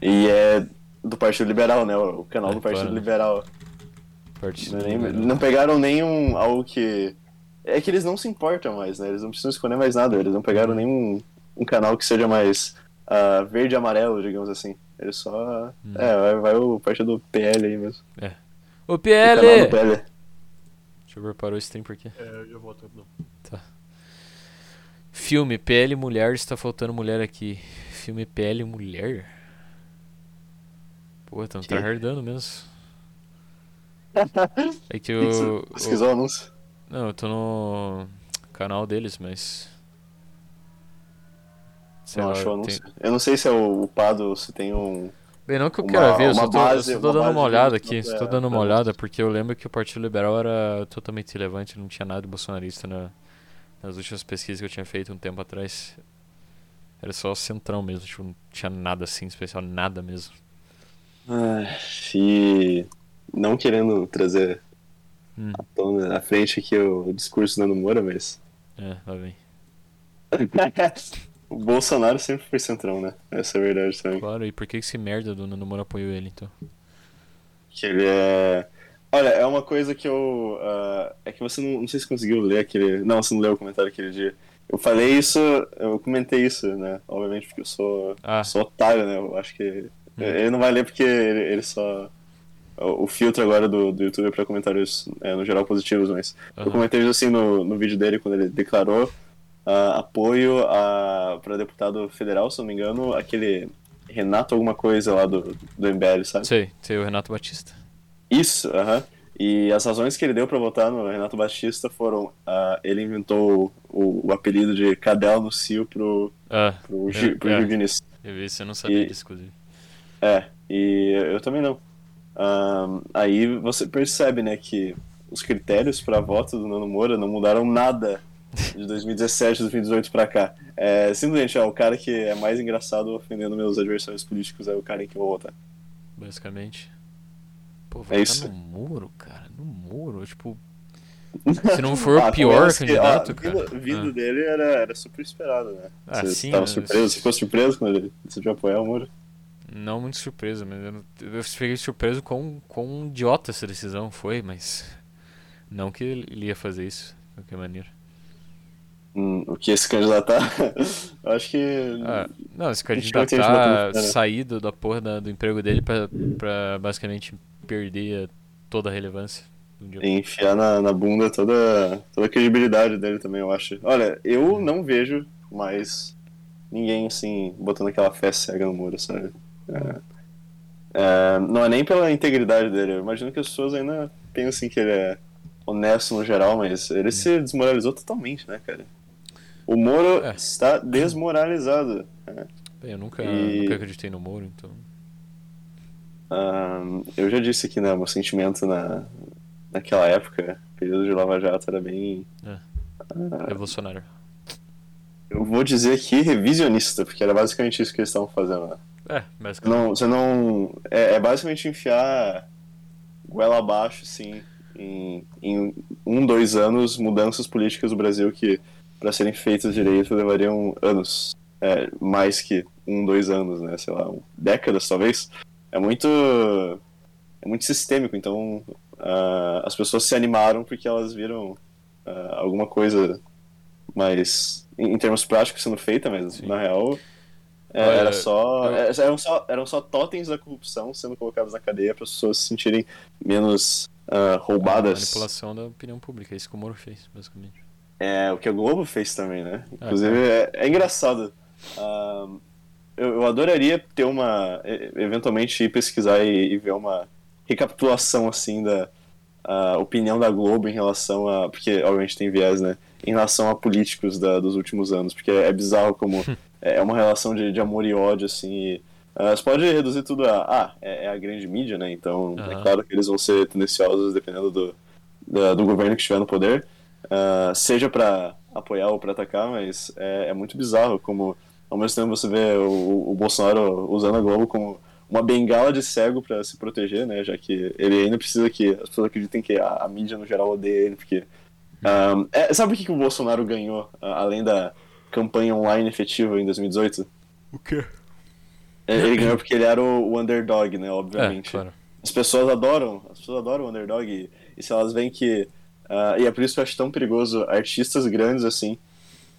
C: E é do Partido Liberal, né? O o canal
B: É,
C: do Partido
B: claro, né?
C: Liberal.
B: Partido.
C: Não, é nem-
B: Liberal.
C: não pegaram nenhum algo que. É que eles não se importam mais, né? Eles não precisam esconder mais nada. Eles não pegaram nenhum um canal que seja mais ah, verde e amarelo, digamos assim. Eles só. É, vai, vai o partido do PL aí mesmo.
B: Ô,
C: O canal do
B: PL!
C: PL.
B: Deixa eu preparar o stream por quê?
A: É, eu já volto rapidão.
B: Filme PL Mulher, está faltando mulher aqui. Filme PL Mulher? Pô, tão
C: Que?
B: tryhardando mesmo. É que eu.
C: Você Pesquisou o anúncio?
B: Não, eu tô no canal deles, mas. Sei
C: Não
B: lá,
C: achou o
B: eu tenho-
C: anúncio? Eu não sei se é o upado ou se tem um.
B: Bem, não que eu
C: Uma-
B: quero ver, eu só
C: uma
B: tô, eu
C: base-
B: só tô
C: uma
B: dando
C: base
B: uma olhada
C: de-
B: aqui, só
C: pra-
B: tô dando uma
C: pra-
B: olhada, porque eu lembro que o Partido Liberal era totalmente relevante, não tinha nada de bolsonarista na- nas últimas pesquisas que eu tinha feito um tempo atrás. Era só centrão mesmo, tipo, não tinha nada assim, especial, nada mesmo.
C: Ah, e. Não querendo trazer
B: Hum.
C: à tona, à frente aqui o discurso do Nando Moura, mas.
B: É, lá vem.
C: O Bolsonaro sempre foi centrão, né? Essa é a verdade também.
B: Claro, e por que esse merda do Nando Moura apoiou ele, então?
C: Que ele é. Olha, é uma coisa que eu. ah, é que você não, não sei se conseguiu ler aquele. Não, você não leu o comentário aquele dia. Eu falei isso, eu comentei isso, né? Obviamente, porque eu sou,
B: Ah. Hum.
C: sou otário, né? Eu acho que. Ele não vai ler porque ele, ele só. O o filtro agora do, do YouTube é pra comentários, é, no geral, positivos, mas. Eu
B: Aham.
C: comentei isso assim no, no vídeo dele, quando ele declarou ah, apoio a, pra deputado federal, se não me engano, aquele Renato alguma coisa lá do, do MBL, sabe?
B: Sei, sei, o Renato Batista.
C: Isso, aham. E as razões que ele deu pra votar no Renato Batista foram: ah, ele inventou o, o apelido de Cadel no Cio pro,
B: Ah,
C: pro,
B: eu-
C: Gil, pro Gil
B: é,
C: Diniz.
B: eu vi isso, eu não sabia
C: E-
B: disso, inclusive.
C: É, e eu também não. Ahn, aí você percebe, né, que os critérios pra voto do Nando Moura não mudaram nada de 2017, 2018 pra cá. É, simplesmente, ó, o cara que é mais engraçado ofendendo meus adversários políticos é o cara em que eu vou votar.
B: Basicamente. Pô,
C: É
B: vai
C: isso.
B: estar no muro, cara. No muro. Tipo, se não for o pior
C: pelo menos que, Ah, ó,
B: candidato,
C: a vinda-
B: cara.
C: vinda
B: Ah.
C: dele era, era super esperado, né?
B: Ah,
C: você
B: sim,
C: tava
B: mas-
C: surpreso, você ficou surpreso quando ele decidiu apoiar o Moro?
B: Ah, não muito surpreso, mas eu, não- eu fiquei surpreso com quão idiota essa decisão foi, mas. Não que ele ia fazer isso, de qualquer maneira.
C: Hum, o que esse candidatar? eu acho que.
B: Ah, não, se
C: A gente não entende muito
B: candidatar
C: isso, né?
B: saído da porra da- do emprego dele pra, pra basicamente perder toda a relevância de um dia pro
C: E enfiar na, na bunda toda, toda a credibilidade dele também, eu acho. Olha, eu não vejo mais ninguém, assim, botando aquela fé cega no muro, sabe? É, é, não é nem pela integridade dele. Eu imagino que as pessoas ainda pensem que ele é honesto no geral, mas ele se desmoralizou totalmente, né, cara? O Moro
B: É.
C: está desmoralizado.
B: Bem, eu nunca,
C: E-
B: nunca acreditei no Moro, então.
C: Ahn, Ah, eu já disse que né, meu sentimento na, naquela época, período de Lava Jato, era bem.
B: Revolucionário.
C: Eu vou dizer aqui revisionista, porque era basicamente isso que eles estavam fazendo. Né?
B: É, basicamente.
C: Não, você não. É, é basicamente enfiar goela abaixo, assim, em, em um, dois anos, mudanças políticas do Brasil que, para serem feitas direito, levariam anos. É, mais que um, dois anos, né? Sei lá, um- décadas talvez. É muito. É muito sistêmico, então ah, as pessoas se animaram porque elas viram ah, alguma coisa mais. Em, em termos práticos sendo feita, mas
B: Sim.
C: na real. É,
B: Olha,
C: era só,
B: eu-
C: é, eram só. Eram só totens da corrupção sendo colocados na cadeia para as pessoas se sentirem menos ah, roubadas.
B: Manipulação da opinião pública, é isso que o Moro fez, basicamente.
C: É, o que a Globo fez também, né?
B: Ah,
C: Inclusive, é, é engraçado. Ah, eu, eu adoraria ter uma. e- eventualmente ir pesquisar e, e ver uma recapitulação, assim, da ah, opinião da Globo em relação a. Porque, obviamente, tem viés, né? Em relação a políticos da- dos últimos anos. Porque é, bizarro como. é é uma relação de, de amor e ódio, assim. E, ah, você pode reduzir tudo a. Ah, é, é a grande mídia, né? Então, é
B: Aham.
C: claro que eles vão ser tendenciosos dependendo do, da- do governo que estiver no poder. Ah, seja para apoiar ou para atacar, mas é, é muito bizarro como ao mesmo tempo você vê o, o Bolsonaro usando a Globo como uma bengala de cego para se proteger, né? Já que ele ainda precisa que as pessoas acreditem que a, a mídia no geral odeia ele, porque ah, é- sabe o que, que o Bolsonaro ganhou ah, além da campanha online efetiva em 2018?
B: O quê?
C: É, Ele ele ganhou porque ele era o, o underdog, né?
B: É,
C: Obviamente
B: claro.
C: as pessoas adoram, as pessoas adoram o underdog e, e se elas veem que ah, e é por isso que eu acho tão perigoso artistas grandes assim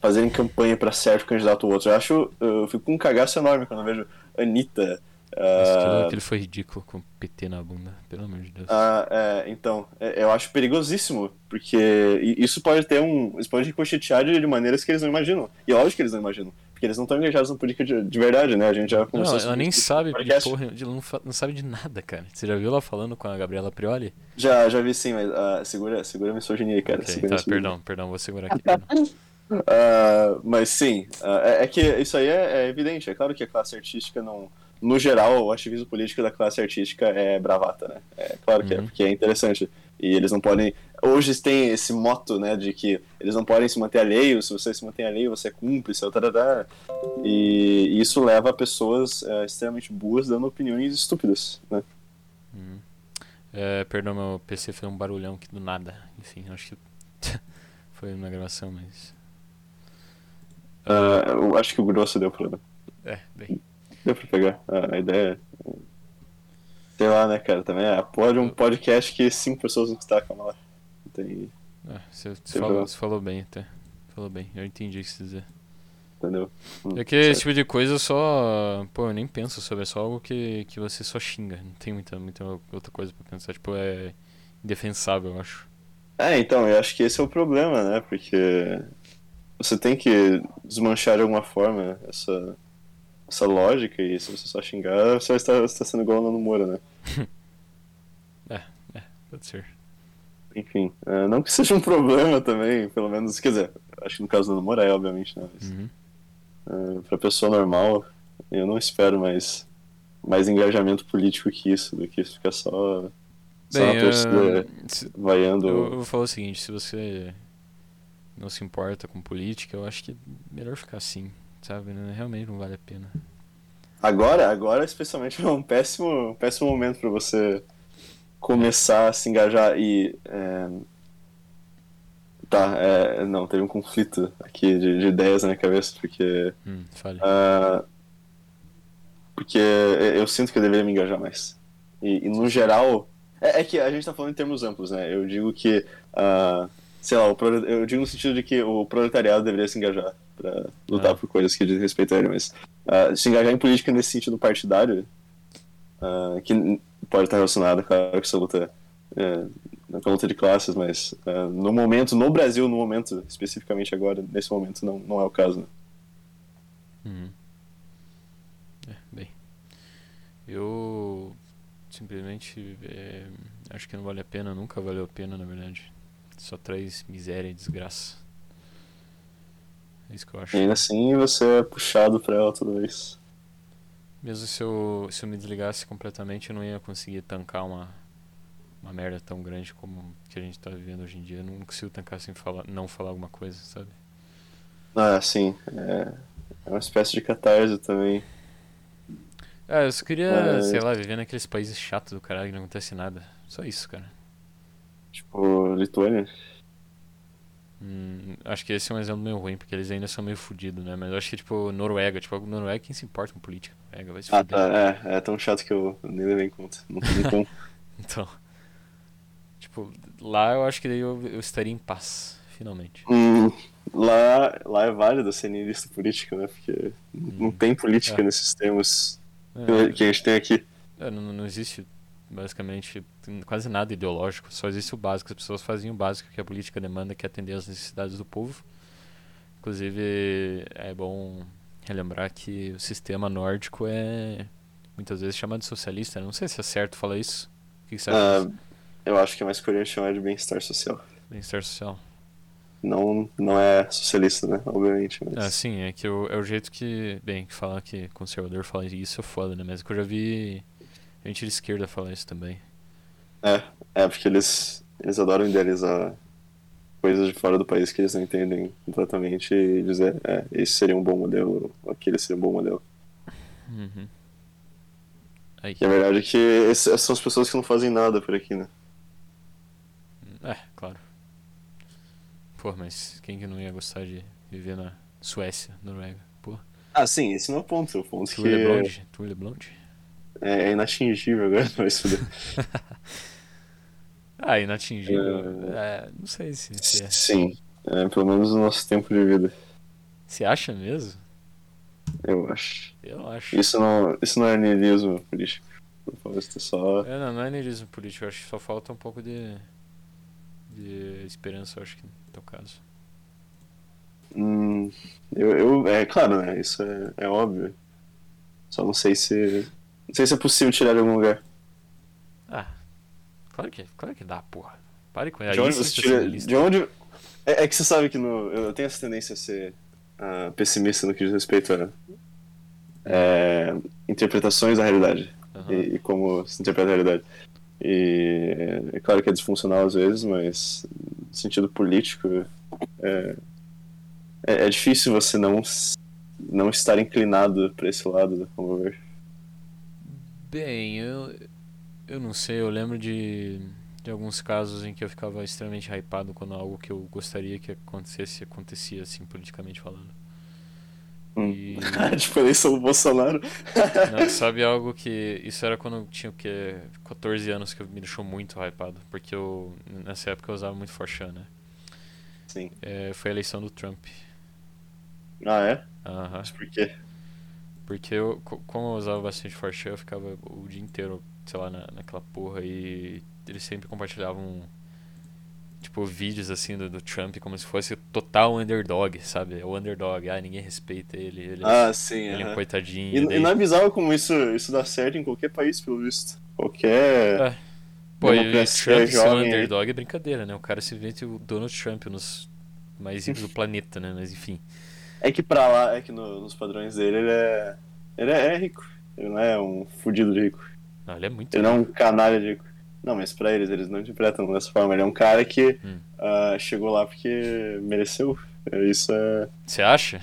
C: fazerem campanha pra certo candidato ou outro. Eu acho, eu fico com um cagaço enorme quando eu vejo Anitta.
B: Nossa, aquilo,
C: ah,
B: aquilo foi ridículo com o PT na bunda, pelo amor de Deus.
C: ah, é, então, é, eu acho perigosíssimo, porque i- isso pode ter um. Isso pode ricochetear de, de maneiras que eles não imaginam. E é lógico que eles não imaginam, porque eles não estão engajados na política de, de verdade, né? A gente já
B: não,
C: conversou
B: ela
C: sobre
B: nem
C: isso no
B: sabe de
C: podcast.
B: porra, de- não, fa- não sabe de nada, cara. Você já viu ela falando com a Gabriela Prioli?
C: Já, já vi sim, mas ah, segura, segura a misoginia, cara.
B: Ok,
C: segura a
B: tá,
C: misoginia.
B: perdão, perdão, vou segurar aqui. perdão.
C: Ah, mas sim, ah, é, é que isso aí é, é evidente. É claro que a classe artística não. No geral, o ativismo político da classe artística é bravata, né? É claro que é,
B: Uhum.
C: porque é interessante. E eles não podem. Hoje tem esse moto, né, de que eles não podem se manter alheios, se você se mantém alheio, você é cúmplice, tarará. E isso leva a pessoas eh, extremamente burras dando opiniões estúpidas, né?
B: É, perdão, meu PC fez um barulhão aqui do nada. Enfim, acho que foi na gravação, mas.
C: Ah, eu acho que o grosso deu pra,
B: É, bem.
C: deu pra pegar. Ah, a ideia é. Sei lá, né, cara? Também é pode um podcast que cinco pessoas não está, calma lá. Não Tem,
B: Ah, você, você
C: Sem
B: falou,
C: problema.
B: você falou bem até. Falou bem, eu entendi o que você dizer.
C: entendeu? Hum,
B: É que
C: certo.
B: esse tipo de coisa eu só. Pô, eu nem penso sobre, é só algo que, que você só xinga. Não tem muita, muita outra coisa pra pensar. Tipo, é indefensável, eu acho.
C: É, então, eu acho que esse é o problema, né? Porque você tem que desmanchar de alguma forma essa, essa lógica e se você só xingar, você está, está sendo igual o Nando Moura, né?
B: Pode ser.
C: Enfim, eh, não que seja um problema também, pelo menos, quer dizer, acho que no caso do Nando Moura é, obviamente, né? Mas,
B: Uhum.
C: eh, pra pessoa normal, eu não espero mais, mais engajamento político que isso, do que ficar só, só
B: Bem,
C: na torcida
B: ah, se-
C: vaiando.
B: Eu, eu vou falar o seguinte, se você não se importa com política, eu acho que é melhor ficar assim, sabe? Né? Realmente não vale a pena.
C: Agora, agora especialmente é um péssimo, um péssimo momento para você começar a se engajar e é, tá, é, não, teve um conflito aqui de, de ideias na minha cabeça porque
B: Hum, fale.
C: ah, porque eu sinto que eu deveria me engajar mais e, e no geral é, é que a gente tá falando em termos amplos, né? Eu digo que ah, sei lá, o prole- eu digo no sentido de que o proletariado deveria se engajar para lutar
B: Ah.
C: por coisas que dizem respeito a ele, mas ah, se engajar em política nesse sentido partidário, ah, que n- pode estar relacionado, claro, com essa luta, eh, com a luta de classes, mas ah, no momento, no Brasil, no momento, especificamente agora, nesse momento, não, não é o caso. Né?
B: Uhum. É, bem. Eu simplesmente é, acho que não vale a pena, nunca valeu a pena, na verdade. Só traz miséria e desgraça. É isso que eu acho.
C: E ainda assim, você é puxado para ela toda vez.
B: Mesmo se eu, se eu me desligasse completamente, eu não ia conseguir tancar uma, uma merda tão grande como que a gente tá vivendo hoje em dia. Eu não consigo tancar sem falar, não falar alguma coisa, sabe?
C: Ah, sim, é, é uma espécie de catarse também.
B: Ah, eu só queria,
C: É.
B: sei lá, viver naqueles países chatos do caralho que não acontece nada. Só isso, cara.
C: Tipo, Lituânia.
B: Hum, acho que esse é um exemplo meio ruim, porque eles ainda são meio fodidos, né? Mas eu acho que, tipo, Noruega, tipo, Noruega, quem se importa com política? Noruega vai se
C: Ah,
B: fuder.
C: tá, é, é tão chato que eu nem levei em conta. Não tem como.
B: Então, tipo, lá eu acho que daí eu, eu estaria em paz, finalmente.
C: Hum, lá, lá é válido ser niilista político, né? Porque não tem política
B: É.
C: nesses termos
B: É,
C: que a gente tem aqui.
B: É, não, não existe basicamente tem quase nada ideológico, só existe o básico. As pessoas fazem o básico que a política demanda, que é atender às necessidades do povo. Inclusive, é bom relembrar que o sistema nórdico é muitas vezes chamado de socialista. Não sei se é certo falar isso. O que que você acha?
C: Ah,
B: disso?
C: eu acho que é mais coerente chamar de bem-estar social.
B: Bem-estar social.
C: Não, não é socialista, né? Obviamente.
B: Ah,
C: Mas...
B: sim, é que eu- é o jeito que. Bem, que falar que conservador fala isso é foda, né? Mas é que eu já vi gente de esquerda falar isso também.
C: É, porque eles, eles adoram idealizar coisas de fora do país que eles não entendem completamente e dizer, é, esse seria um bom modelo, ou aquele seria um bom modelo.
B: Uhum. Aí.
C: E a verdade é que esse- essas são as pessoas que não fazem nada por aqui, né?
B: É, claro. Pô, mas quem que não ia gostar de viver na Suécia, Noruega? Pô,
C: Ah, sim, esse não é o ponto. O ponto
B: Tour de
C: que
B: Blonde? Tour de Blonde?
C: é, é inatingível agora, mas fuder.
B: Ah, inatingível. É, não sei se, se é.
C: Sim, é, pelo menos o nosso tempo de vida,
B: Você acha mesmo?
C: eu acho.
B: Eu acho.
C: Isso não, isso não é niilismo político. Por favor, isso é só.
B: É, não, não é nilismo político, eu acho que só falta um pouco de. de esperança, eu acho que no teu caso.
C: Hum, eu, eu, é claro, né? Isso é, é óbvio. Só não sei se. Não sei se é possível tirar de algum lugar.
B: Ah, claro que, claro que dá, porra. Pare com
C: de
B: isso.
C: onde
B: isso é
C: você tira.
B: socialista.
C: De onde. É, é que você sabe que no, eu tenho essa tendência a ser ah, pessimista no que diz respeito a. é, interpretações da realidade.
B: Aham.
C: e, e como se interpreta a realidade. E é, é claro que é disfuncional às vezes, mas no sentido político é, é, é difícil você não, s- não estar inclinado para esse lado da conversa.
B: Bem, eu, eu não sei, eu lembro de, de alguns casos em que eu ficava extremamente hypado quando algo que eu gostaria que acontecesse acontecia, assim, politicamente falando. E
C: tipo, eleição do Bolsonaro.
B: não, sabe algo que. Isso era quando eu tinha o quê? 14 anos que me deixou muito hypado. Porque eu. Nessa época eu usava muito Forchan, né?
C: Sim.
B: É, foi a eleição do Trump.
C: Ah, é?
B: Aham.
C: Mas por quê?
B: Porque eu, co- como eu usava bastante Forchan, eu ficava o dia inteiro, sei lá, na, naquela porra e eles sempre compartilhavam, tipo, vídeos assim do, do Trump como se fosse o total underdog, sabe? É O underdog, ah, ninguém respeita ele, ele,
C: Ah, sim.
B: ele é um
C: aham.
B: coitadinho.
C: E,
B: daí-
C: e não é bizarro como isso, isso dá certo em qualquer país, pelo visto. Qualquer.
B: É. Pô, e o Trump
C: democracia
B: ser um
C: jovem aí.
B: underdog é brincadeira, né? O cara simplesmente o Donald Trump nos mais ricos do planeta, né? Mas enfim.
C: É que pra lá, é que no- nos padrões dele, ele é. Ele é rico. Ele não é um fudido de rico.
B: Não, ele é muito.
C: Ele não é um canalha de rico. Não, mas pra eles, eles não interpretam dessa forma. Ele é um cara que
B: Hum.
C: ah, chegou lá porque mereceu. Isso é.
B: Você acha?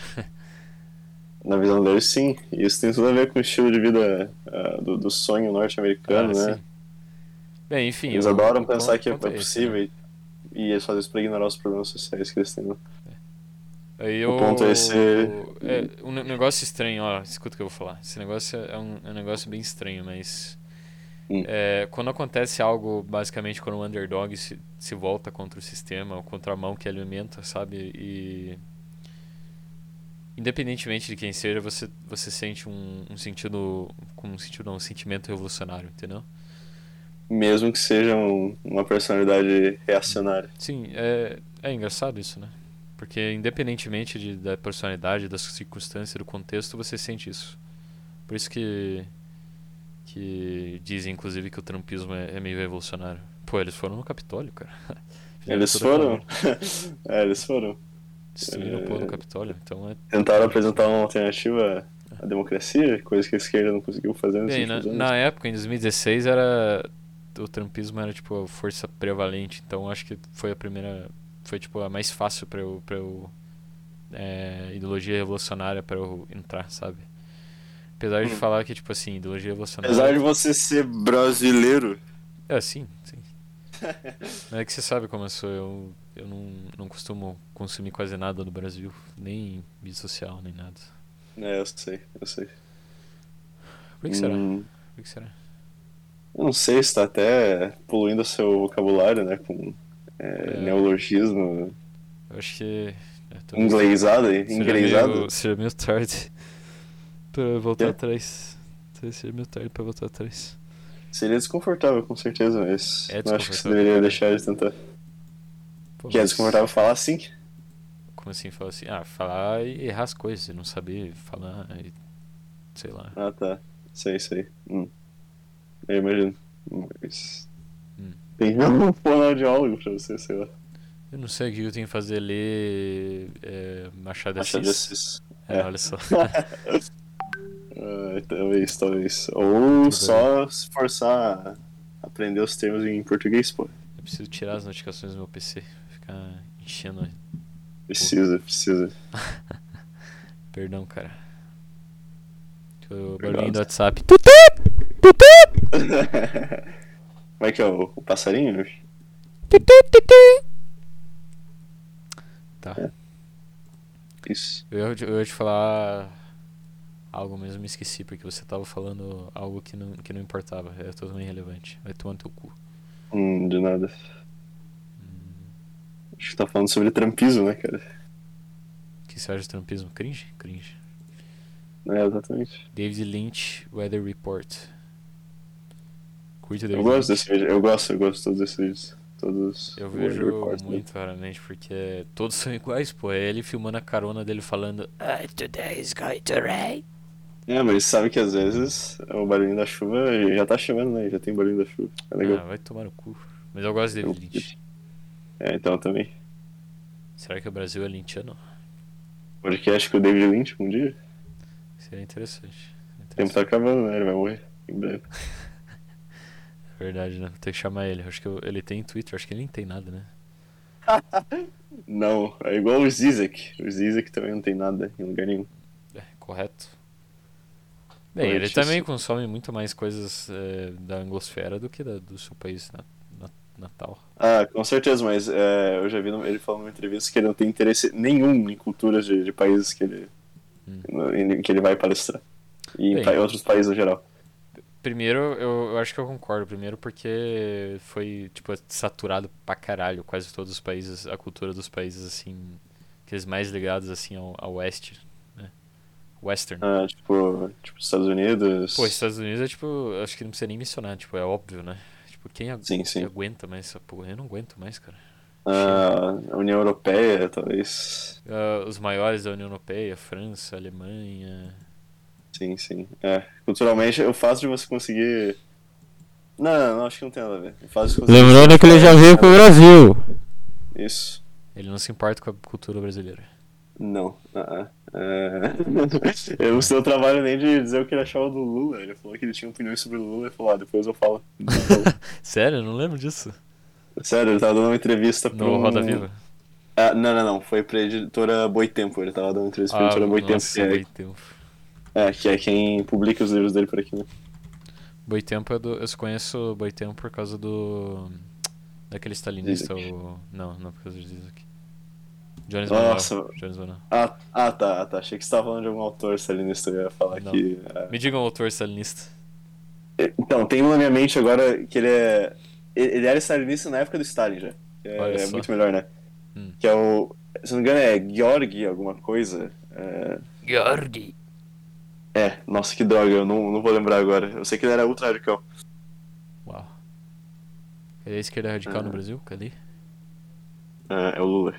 C: Na visão deles, sim. Isso tem tudo a ver com o estilo de vida ah, do, do sonho norte-americano,
B: Ah,
C: né?
B: sim. Bem, enfim.
C: Eles
B: o-
C: adoram
B: o
C: pensar
B: ponto-
C: que é,
B: ponto esse, né?
C: possível e- e eles fazem isso pra ignorar os problemas sociais que eles têm. né?
B: Aí
C: O
B: eu-
C: ponto é ser-
B: é, um ne- negócio estranho, ó, escuta o que eu vou falar. Esse negócio é um, é um negócio bem estranho, mas.
C: Hum.
B: é, quando acontece algo, basicamente, quando o underdog se, se volta contra o sistema, ou contra a mão que alimenta, sabe? E. Independentemente de quem seja, você, você sente um, um sentido. Com um sentido, não, um sentimento revolucionário, entendeu?
C: Mesmo que seja um- uma personalidade reacionária.
B: Sim, é, é engraçado isso, né? Porque independentemente de, da personalidade, das circunstâncias, do contexto, você sente isso. Por isso que que dizem, inclusive, que o trumpismo é, é meio revolucionário. Pô, eles foram no Capitólio, cara. Fizeram
C: Eles
B: toda aquela
C: foram.
B: merda,
C: é, eles foram.
B: Destruíram o povo no Capitólio, então é...
C: Tentaram apresentar uma alternativa à democracia, coisa que a esquerda não conseguiu fazer nos
B: Bem, na,
C: últimos anos.
B: na época, em 2016, era... O trumpismo era, tipo, a força prevalente, então acho que foi a primeira... Foi, tipo, a mais fácil pra eu... Pra eu é, ideologia revolucionária pra eu entrar, sabe? Apesar de falar que, tipo assim, ideologia revolucionária...
C: Hum. Apesar de você ser brasileiro,
B: É, sim, sim. Mas é que você sabe como eu sou. Eu, eu não, não costumo consumir quase nada do Brasil, nem mídia social, nem nada.
C: é, eu sei, eu sei.
B: Por que será?
C: Hum,
B: Por que será?
C: eu não sei se tá até poluindo o seu vocabulário, né, com é,
B: É.
C: neologismo
B: Eu acho que. É, talvez
C: inglesado,
B: seja
C: inglesado.
B: meio- Seja meio tarde pra voltar
C: Quê?
B: atrás. Talvez seja meio tarde pra voltar atrás.
C: Seria desconfortável, com certeza, mas
B: É
C: não acho que você
B: desconfortável.
C: deveria deixar de tentar.
B: Pô,
C: Que é
B: mas
C: desconfortável falar assim.
B: Como assim? Falar assim? Ah, falar e errar as coisas, não saber falar e. Sei lá.
C: Ah, tá. Sei, sei. Hum. Eu imagino. Mas...
B: Hum.
C: Tem um fonoaudiólogo pra você, sei lá.
B: Eu não sei o que eu tenho que fazer, ler. É, Machado de
C: Machado
B: Assis.
C: de Assis.
B: É,
C: É.
B: olha só.
C: Ah, talvez, talvez. Ou
B: bem.
C: só se forçar a aprender os termos em português, pô.
B: Eu preciso tirar as notificações do meu PC. Ficar enchendo.
C: Precisa, precisa.
B: Perdão, cara. Deixa eu-
C: Obrigado.
B: Barulhinho do WhatsApp.
C: Como é que é o, o passarinho?
B: Tá.
C: Isso.
B: Eu ia, te- eu ia te falar algo, mas eu me esqueci, porque você tava falando algo que não, que não importava. É totalmente irrelevante. Vai tomar no teu cu.
C: Hum, de nada. Hum. Acho que tá falando sobre trampismo, né, cara?
B: O que você acha do trampismo? Cringe? Cringe.
C: É, exatamente.
B: David Lynch, Weather Report. Curte o
C: Eu
B: David Lynch?
C: gosto desse vídeo. Eu gosto, eu gosto de todos esses vídeos. Todos.
B: Eu
C: o
B: vejo
C: Record, né?
B: muito raramente, porque todos são iguais, pô. É ele filmando a carona dele falando "Ah, Today is going to rain.
C: É, mas sabe que às vezes é o barulhinho da chuva já tá chovendo, né? Já tem barulho da chuva. É legal.
B: Ah, vai tomar no cu. Mas eu gosto de David Lynch.
C: É, então também.
B: Será que o Brasil é lynchiano?
C: Podcast com o David Lynch um dia.
B: Seria é interessante.
C: O tempo tá acabando, né? Ele vai morrer em breve.
B: Verdade, né? Vou ter que chamar ele. Acho que eu- ele tem Twitter, acho que ele nem tem nada, né?
C: Não, é igual o Zizek. O Zizek também não tem nada em lugar nenhum.
B: É, correto. é Bem, ele
C: Corretíssimo.
B: também consome muito mais coisas eh, da anglosfera do que da- do seu país na- na- natal.
C: Ah, com certeza, mas é, eu já vi no- ele falando numa entrevista que ele não tem interesse nenhum em culturas de, de países que ele, no- em que ele vai palestrar. E em
B: Bem.
C: pa- outros países no geral.
B: Primeiro, eu, eu acho que eu concordo. Primeiro, porque foi, tipo, saturado pra caralho. Quase todos os países, a cultura dos países, assim, aqueles mais ligados, assim, ao, ao West, né? Western.
C: Ah, tipo, tipo, Estados Unidos.
B: Pô, Estados Unidos é, tipo, acho que não precisa nem mencionar, tipo, é óbvio, né? Tipo, quem agu-
C: Sim, sim.
B: aguenta mais essa porra? Eu não aguento mais, cara.
C: ah, a União Europeia, talvez.
B: Ah, os maiores da União Europeia, França, Alemanha...
C: Sim, sim. É, culturalmente, o fato de você conseguir. Não, não, não, acho que não tem nada a ver. O fato de você conseguir-
D: Lembrando que ele já veio pro Brasil.
C: Isso.
B: Ele não se importa com a cultura brasileira.
C: Não. ah, ah. É... Eu não sei o trabalho nem de dizer o que ele achava do Lula. Ele falou que ele tinha opiniões sobre o Lula e falou, ah, depois eu falo.
B: Sério? Eu não lembro disso.
C: Sério, ele tava dando uma entrevista pro.
B: No Roda Viva.
C: Ah, não, não, não. Foi pra editora Boitempo. Ele tava dando uma entrevista pra editora Boitempo,
B: Ah, nossa,
C: que, é,
B: Boitempo.
C: é, que é quem publica os livros dele por aqui, né?
B: Boitempo é do, eu só conheço Boitempo por causa do daquele stalinista o não, não por causa disso aqui. Jones Manuel.
C: Nossa.
B: Jones Manuel.
C: Ah, ah, tá, ah, tá. Achei que você tava falando de algum autor stalinista. Eu ia falar
B: Não.
C: que. ah,
B: Me diga um autor stalinista.
C: Então, tem um na minha mente agora que ele é. Ele ele era stalinista na época do Stalin já. Que é,
B: Olha
C: é
B: só.
C: muito melhor, né?
B: Hum.
C: Que é o. Se não me engano, é Georg alguma coisa. É,
B: Georgi.
C: é, nossa, que droga, eu não, não vou lembrar agora. Eu sei que ele era ultra radical.
B: Uau. Cadê a esquerda radical no
C: Ah.
B: Brasil? Cadê?
C: É, é o Lula.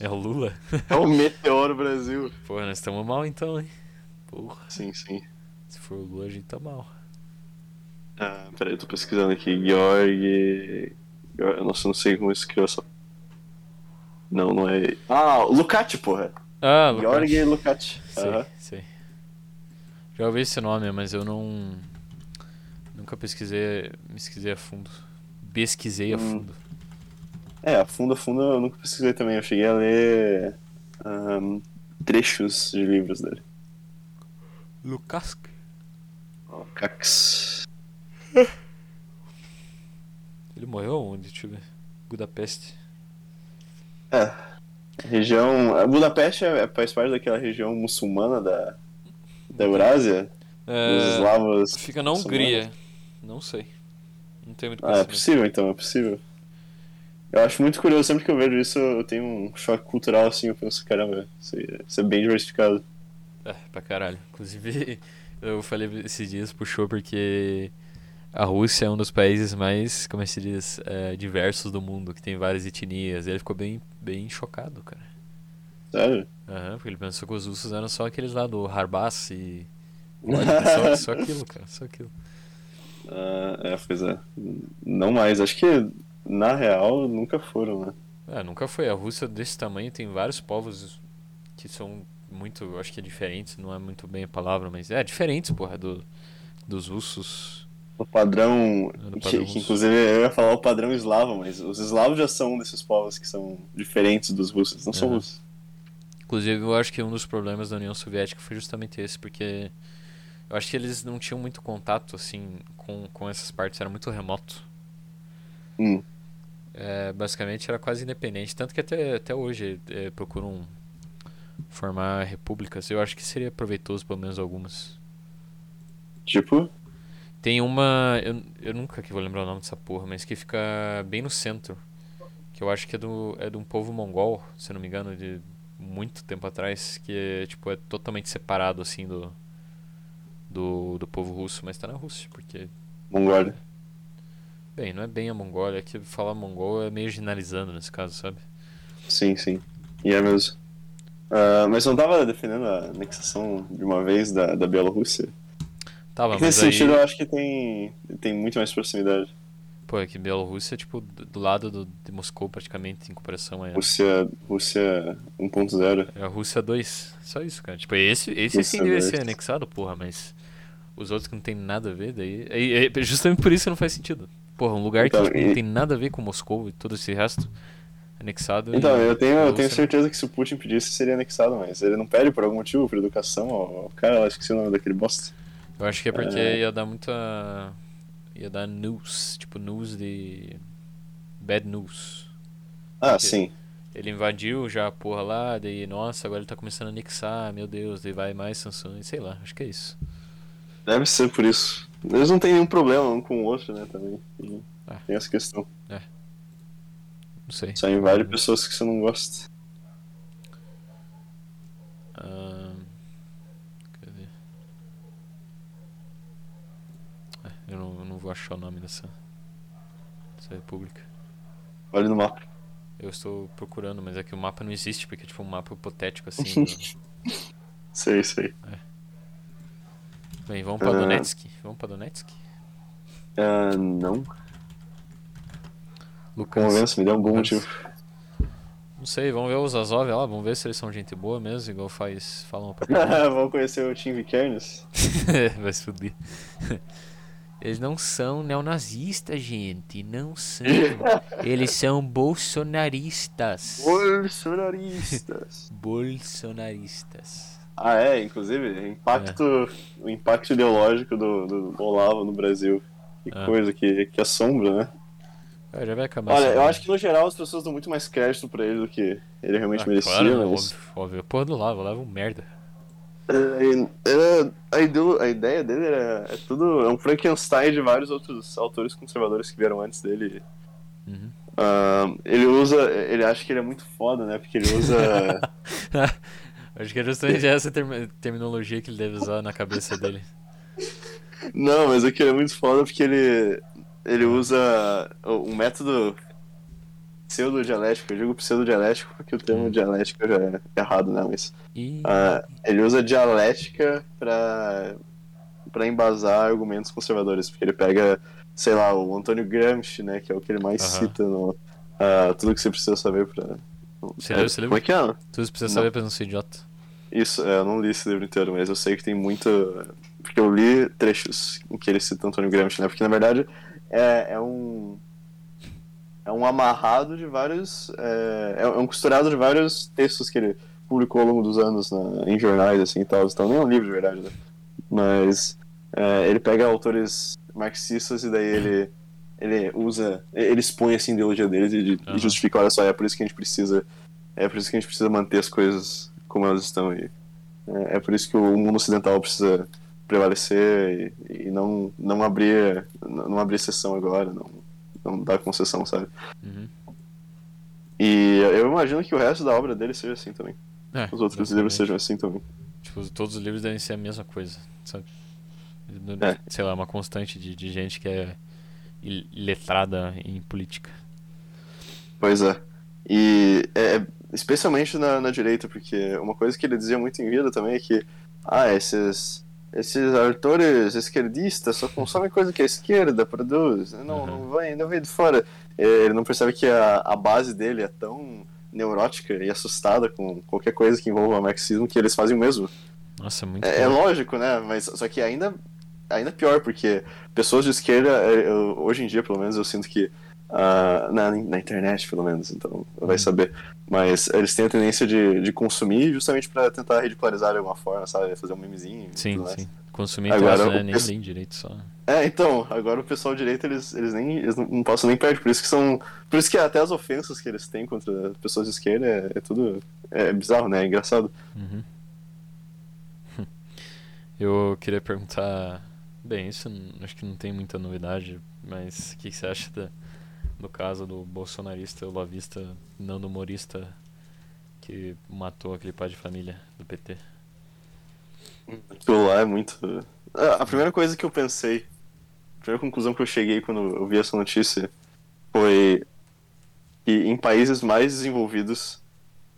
B: É o Lula?
C: é o Meteoro Brasil.
B: Porra, nós estamos mal então, hein? Porra,
C: Sim, sim.
B: se for o Lula a gente tá mal.
C: Ah, peraí, eu tô pesquisando aqui. Georg. Georg- Nossa, eu não sei como isso criou essa. Não, não é. Ah, Lucati, porra.
B: Ah, Lucas.
C: Georg Lucati.
B: Sei,
C: Aham.
B: sei. Já ouvi esse nome, mas eu não. Nunca pesquisei. Pesquisei a fundo. Pesquisei a
C: Hum.
B: fundo.
C: É, a fundo a fundo eu nunca pesquisei também. Eu cheguei a ler ahn, trechos de livros dele.
B: Lucas.
C: Ó, Cax.
B: Ele morreu onde? Deixa eu ver. Budapeste.
C: Região. a Budapeste é, é- faz parte daquela região muçulmana da, da Eurásia? Os
B: Uhum. É,
C: eslavos.
B: fica na
C: muçulmanos.
B: Hungria. Não sei. Não tem muito
C: Ah, é
B: conhecimento.
C: possível então, é possível. Eu acho muito curioso, sempre que eu vejo isso, eu tenho um choque cultural assim, eu penso, caramba, isso, aí- isso é bem diversificado.
B: É, pra caralho. Inclusive, eu falei esses dias, puxou, porque a Rússia é um dos países mais, como é que se diz, é, diversos do mundo, que tem várias etnias. Ele ficou bem, bem chocado, cara.
C: Sério?
B: Aham, porque ele pensou que os russos eram só aqueles lá do Harbas e. Vodka, só, só aquilo, cara, só aquilo.
C: Ah, é, pois é. Não mais, acho que na real nunca foram, né?
B: Ah, nunca foi. A Rússia desse tamanho tem vários povos que são muito, eu acho que é diferentes, não é muito bem a palavra, mas é diferentes, porra, do, dos russos.
C: O padrão.
B: É, do padrão
C: que- que,
B: russo.
C: inclusive eu ia falar o padrão eslavo, mas os eslavos já são um desses povos que são diferentes dos russos, não são
B: Aham.
C: russos.
B: Inclusive, eu acho que um dos problemas da União Soviética foi justamente esse, porque eu acho que eles não tinham muito contato, assim, com, com essas partes, era muito remoto.
C: Hum.
B: É, basicamente era quase independente, tanto que até, até hoje é, procuram formar repúblicas. Eu acho que seria proveitoso, pelo menos algumas.
C: Tipo,
B: Tem uma, eu, eu nunca que vou lembrar o nome dessa porra, mas que fica bem no centro, que eu acho que é do é de um povo mongol, se eu não me engano, de muito tempo atrás, que é, tipo é totalmente separado assim do do, do povo russo, mas tá na Rússia, porque
C: Mongólia.
B: bem, não é bem a Mongólia, é que falar mongol é meio generalizando nesse caso, sabe?
C: Sim, sim. E é mesmo. Ah, mas não tava defendendo a anexação de uma vez da, da Bielorrússia?
B: Tava,
C: É que
B: mas
C: Nesse
B: aí...
C: sentido, eu acho que tem, tem muito mais proximidade.
B: Pô, é que Bielorrússia é tipo do do lado do- de Moscou praticamente em comparação é a
C: Rússia, Rússia 1.0.
B: é a Rússia 2. Só isso, cara. Tipo, esse, esse sim
C: Rússia
B: devia
C: dois.
B: ser anexado, porra, mas os outros que não tem nada a ver, daí. É, é justamente por isso que não faz sentido. Porra, um lugar
C: Então,
B: que tipo, não
C: e-
B: tem nada a ver com Moscou e todo esse resto anexado. e-
C: Então, eu tenho, eu
B: Rússia
C: tenho
B: não.
C: certeza que se o Putin pedisse, seria anexado, mas ele não pede por algum motivo, por educação. O cara, lá, esqueci o nome daquele bosta.
B: Eu acho que é porque
C: É.
B: ia dar muita. ia dar news. Tipo, news de. bad news.
C: Ah,
B: Ok.
C: sim.
B: Ele invadiu já a porra lá, daí, nossa, agora ele tá começando a anexar, meu Deus, daí vai mais sanções, sei lá, acho que é isso.
C: Deve ser por isso. Eles não têm nenhum problema um com o outro, né, também. E
B: Ah.
C: Tem essa questão.
B: Não sei.
C: Só invade pessoas que você não gosta.
B: Ahn, Ah, cadê? Ah, eu, não, eu não vou achar o nome dessa, dessa república.
C: Olha no mapa.
B: Eu estou procurando, mas é que o mapa não existe, porque é tipo um mapa hipotético assim. do-
C: Sei, sei.
B: Bem, vamos pra
C: Ah.
B: Donetsk? Vamos pra Donetsk?
C: Ah, não.
B: Lucas.
C: Convença, me dê um bom
B: Lucas.
C: motivo.
B: Não sei, vamos ver os Azov lá, vamos ver se eles são gente boa mesmo, igual faz. Falam pra
C: Vamos conhecer o Tim Vikernes?
B: Vai se fuder. Eles não são neonazistas, gente. Não são. Eles são bolsonaristas.
C: Bolsonaristas.
B: Bolsonaristas.
C: Ah, é, inclusive, impacto,
B: É.
C: o impacto ideológico do, do Olavo no Brasil. Que
B: Ah.
C: coisa que, que assombra, né?
B: Ah, já vai acabar
C: Olha,
B: essa
C: eu
B: merda.
C: acho que no geral as pessoas dão muito mais crédito pra ele do que ele realmente
B: Ah,
C: merecia,
B: claro, né?
C: mas.
B: óbvio, óbvio. Porra do Lava, Lava é um merda.
C: É, era- a, ideo- a ideia dele era é tudo. É um Frankenstein de vários outros autores conservadores que vieram antes dele.
B: Uhum.
C: Ah, ele usa. Ele acha que ele é muito foda, né? Porque ele usa.
B: Acho que é justamente essa termi- terminologia que ele deve usar na cabeça dele.
C: Não, mas é que ele é muito foda porque ele, ele usa o- um método pseudo-dialético. Eu digo pseudo-dialético porque o
B: Hum.
C: termo dialética já é errado, né? Mas
B: E.
C: ah, ele usa dialética pra, pra embasar argumentos conservadores. Porque ele pega, sei lá, o Antônio Gramsci, né? Que é o que ele mais
B: Aham.
C: cita no ah, Tudo que você precisa saber pra...
B: Você leu esse
C: Como é que é?
B: Tudo precisa
C: não.
B: saber pra não ser idiota.
C: Isso, é, eu não li esse livro inteiro, mas eu sei que tem muita. Porque eu li trechos em que ele cita Antônio Gramsci, né? Porque na verdade é, é um. É um amarrado de vários. É, é um costurado de vários textos que ele publicou ao longo dos anos na- em jornais, assim e tal. Então nem é um livro de verdade, né? Mas. é, ele pega autores marxistas e daí ele. Ele usa. Ele expõe assim, a ideologia deles e, de- e
B: Aham.
C: justifica: olha só, é por isso que a gente precisa é por isso que a gente precisa manter as coisas como elas estão aí. É, é por isso que o mundo ocidental precisa prevalecer e, e não, não abrir não abrir exceção agora, não, não dar concessão, sabe?
B: Uhum.
C: E eu imagino que o resto da obra dele seja assim também.
B: É,
C: Os outros livros
B: exatamente.
C: sejam assim também.
B: Tipo, todos os livros devem ser a mesma coisa, sabe? Não-
C: É.
B: Sei lá, uma constante de, de gente que é il- letrada em política.
C: Pois é. E é, é- especialmente na, na direita, porque uma coisa que ele dizia muito em vida também é que ah, esses esses autores esquerdistas só consomem coisa que a esquerda produz, não, não vem, não vem de fora. É, Ele não percebe que a, a base dele é tão neurótica e assustada com qualquer coisa que envolva marxismo que eles fazem o mesmo.
B: Nossa, muito.
C: É, é
B: bom.
C: lógico, né? Mas só que ainda, ainda pior, porque pessoas de esquerda, é, eu- hoje em dia, pelo menos, eu sinto que. ah, na, na internet, pelo menos, então
B: Uhum.
C: vai saber. Mas eles têm a tendência de, de consumir justamente pra tentar ridicularizar de alguma forma, sabe? Fazer um memezinho. e
B: Sim,
C: tudo mais.
B: sim. Consumir
C: Agora,
B: traço,
C: o
B: né? Nem
C: pes-
B: nem direito só.
C: É, então, agora o pessoal direito, eles, eles nem eles não, não passam nem perto, por isso que são. Por isso que até as ofensas que eles têm contra pessoas de esquerda é, é tudo. É bizarro, né? É engraçado.
B: Uhum. Eu queria perguntar. Bem, isso n- acho que não tem muita novidade, mas o que que você acha da, no caso do bolsonarista, olavista, nando humorista que matou aquele pai de família do PT?
C: Aquilo lá é muito. Ah, A primeira coisa que eu pensei, a primeira conclusão que eu cheguei quando eu vi essa notícia foi que em países mais desenvolvidos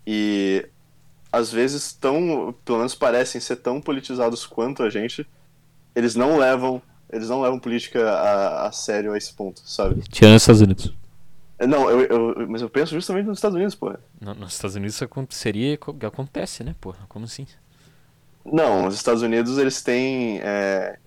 C: e às vezes tão, pelo menos parecem ser tão politizados quanto a gente, eles não levam, eles não levam política a, a sério a esse ponto, sabe?
D: Tirando os Estados Unidos.
C: Não, eu, eu- mas eu penso justamente nos Estados Unidos, pô.
B: No- nos Estados Unidos isso aconteceria e co- acontece, né, porra? Como assim?
C: Não, os Estados Unidos eles têm é,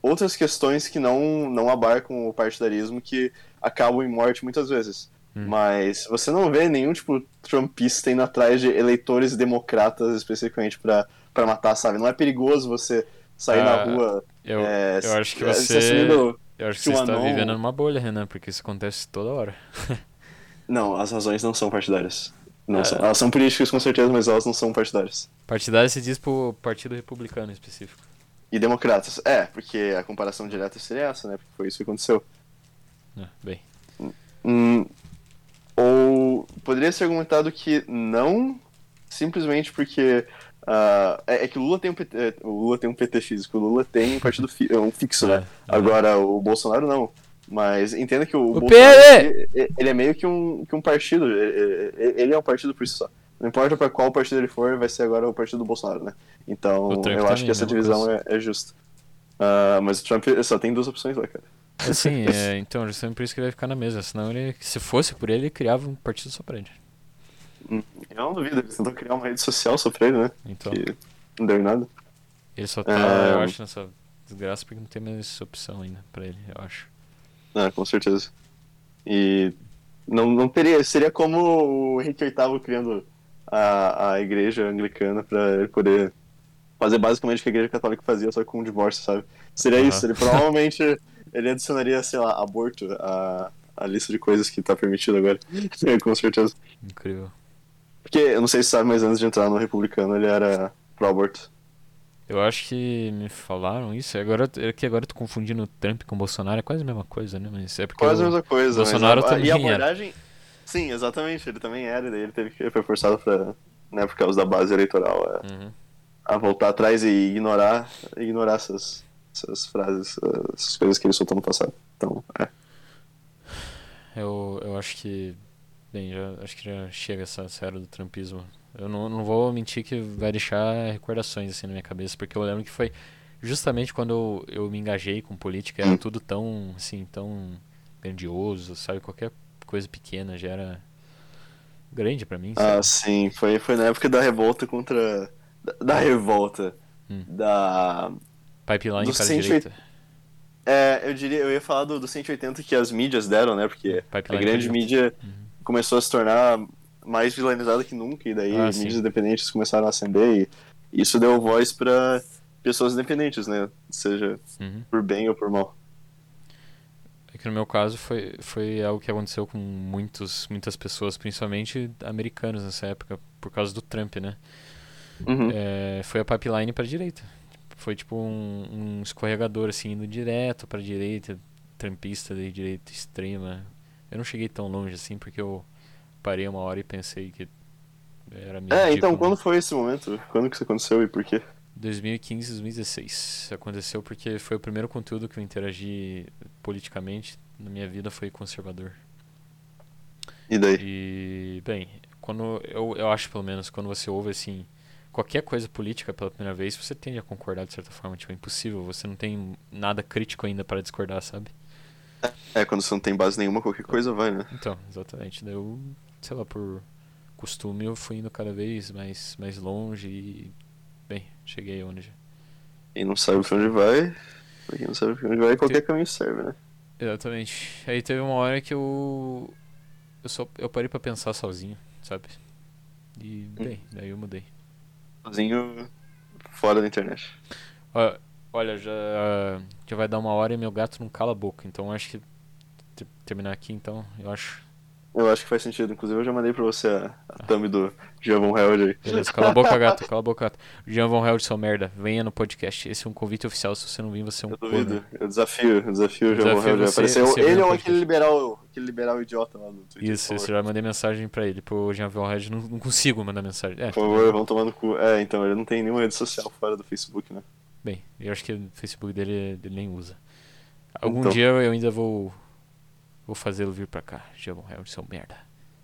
C: outras questões que não, não abarcam o partidarismo que acabam em morte muitas vezes.
B: Hum.
C: Mas você não vê nenhum tipo trumpista indo atrás de eleitores democratas especificamente pra pra matar, sabe? Não é perigoso você sair
B: Ah,
C: na rua.
B: Eu,
C: é,
B: eu acho que
C: é,
B: você-
C: assumindo-
B: eu acho que você está
C: QAnon-
B: vivendo numa bolha, Renan, porque isso acontece toda hora.
C: Não, as razões não são partidárias. Não
B: É.
C: são- elas são políticas com certeza, mas elas não são partidárias.
B: Partidário se diz pro Partido Republicano em específico.
C: E democratas? É, porque a comparação direta seria essa, né? Porque foi isso que aconteceu.
B: Ah, bem.
C: Hum, ou poderia ser argumentado que não, simplesmente porque. ah, é, é que o Lula tem um PT, é, o Lula tem um PT físico, o Lula tem um partido fi- é, um fixo, né?
B: É, é.
C: Agora o Bolsonaro não. Mas entenda que o,
D: O
C: Bolsonaro
D: PL!
C: ele, ele é meio que um, que um partido. Ele ele- ele é um partido por si só. Não importa pra qual partido ele for, vai ser agora o partido do Bolsonaro, né? Então
B: O Trump
C: eu
B: também,
C: acho
B: né,
C: que
B: mesma
C: essa divisão é, é justa. Ah, mas o Trump só tem duas opções lá, cara.
B: Assim, é, então, justamente por isso que ele vai ficar na mesa. Senão ele, se fosse por ele, ele criava um partido só pra ele.
C: Eu não duvido, eles tentam criar uma rede social só pra ele, né?
B: Então,
C: Que não deu em nada.
B: ele só tá, eu
C: Ah.
B: acho, nessa desgraça porque não tem mais opção ainda pra ele, eu acho.
C: Ah, com certeza. E não, não teria, seria como o Henrique VIII criando a, a igreja anglicana pra ele poder fazer basicamente o que a igreja católica fazia, só com um divórcio, sabe? Seria
B: Aham.
C: isso, ele provavelmente ele adicionaria, sei lá, aborto à, à lista de coisas que tá permitido agora, com certeza.
B: Incrível.
C: Porque, eu não sei se sabe, mas antes de entrar no republicano ele era pró-aborto.
B: Eu acho que me falaram isso. Agora, é que agora eu tô confundindo o Trump com o Bolsonaro. É quase a mesma coisa, né? Mas é porque
C: Quase
B: o-
C: a mesma coisa. mas
B: Bolsonaro um
C: a-
B: também
C: E a
B: era.
C: abordagem... Sim, exatamente, ele também era, e daí ele teve que ele foi forçado pra... Né, por causa da base eleitoral, é,
B: Uhum.
C: a voltar atrás e ignorar, ignorar essas, essas frases, essas coisas que ele soltou no passado. Então, é.
B: Eu, eu acho que. Bem, já, acho que já chega essa, essa era do trumpismo. Eu não, não vou mentir que vai deixar recordações assim na minha cabeça, porque eu lembro que foi justamente quando eu, eu me engajei com política, era
C: Hum.
B: tudo tão, assim, tão grandioso, sabe? Qualquer coisa pequena já era grande pra mim, sabe?
C: Ah, sim, foi, foi na época da revolta contra. Da, da revolta.
B: Hum.
C: Da.
B: Pipeline
C: dos
B: para a
C: 180
B: direita.
C: É, eu diria, eu ia falar do, do 180 que as mídias deram, né? Porque a
B: Pipeline
C: grande
B: pra
C: mídia começou a se tornar mais vilanizada que nunca, e daí
B: Ah,
C: mídias
B: sim.
C: independentes começaram a ascender, e isso deu voz pra pessoas independentes, né? Seja
B: Uhum.
C: por bem ou por mal.
B: É que no meu caso foi, foi algo que aconteceu com muitos, muitas pessoas, principalmente americanos nessa época, por causa do Trump, né?
C: Uhum.
B: É, foi a pipeline pra direita. Foi tipo um, um escorregador assim, indo direto pra direita, trumpista de direita extrema. Eu não cheguei tão longe assim, porque eu parei uma hora e pensei que era meio
C: É, então
B: ridículo.
C: quando foi esse momento? Quando que isso aconteceu e por quê?
B: 2015, 2016. Isso aconteceu porque foi o primeiro conteúdo que eu interagi politicamente na minha vida, foi conservador.
C: E daí?
B: E, bem, quando eu, eu acho pelo menos, quando você ouve assim, qualquer coisa política pela primeira vez, você tende a concordar de certa forma, tipo, é impossível, você não tem nada crítico ainda para discordar, sabe?
C: É, quando você não tem base nenhuma, qualquer coisa vai, né?
B: Então, exatamente, daí eu, sei lá, por costume eu fui indo cada vez mais, mais longe e, bem, cheguei onde.
C: E não sabe pra onde vai. Pra quem não sabe pra onde vai, qualquer caminho serve, né?
B: Exatamente. Aí teve uma hora que eu eu só eu parei para pensar sozinho, sabe? E, bem, daí eu mudei.
C: Sozinho, fora da internet.
B: Ó, Olha, já, já vai dar uma hora e meu gato não cala a boca, então acho que te- terminar aqui então, eu acho.
C: Eu acho que faz sentido. Inclusive, eu já mandei pra você a, a thumb do Javon Held aí.
B: Beleza, cala a boca, gato, cala a boca, gato. Jean Von Held, seu merda, venha no podcast. Esse é um convite oficial, se você não vir, você é um
C: Eu
B: corno.
C: duvido. Eu desafio, eu desafio o
B: Eu
C: Javon
B: desafio
C: Held.
B: você-
C: Apareceu
B: você
C: ele
B: vem
C: ou
B: no
C: aquele
B: podcast.
C: liberal, aquele liberal idiota lá do Twitter.
B: Isso,
C: por
B: isso,
C: favor.
B: já mandei mensagem pra ele, pro Jean Von Held, não, não consigo mandar mensagem. É,
C: Por favor, vão tomar no cu. É, então, ele não tem nenhuma rede social fora do Facebook, né?
B: bem, eu acho que o Facebook dele, dele nem usa. Algum
C: Então.
B: dia eu ainda vou vou fazê-lo vir pra cá, Jean Von Held, seu merda.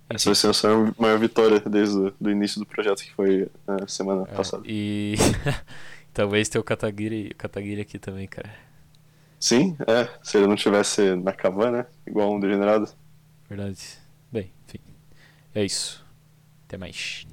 C: Essa vai ser a sua maior vitória desde o do início do projeto, que foi na semana
B: É,
C: passada.
B: E talvez tenha o Kataguiri, Kataguiri aqui também, cara.
C: Sim, é. Se ele não tivesse na né? cabana, igual um degenerado.
B: Verdade. Bem, enfim. É isso. Até mais.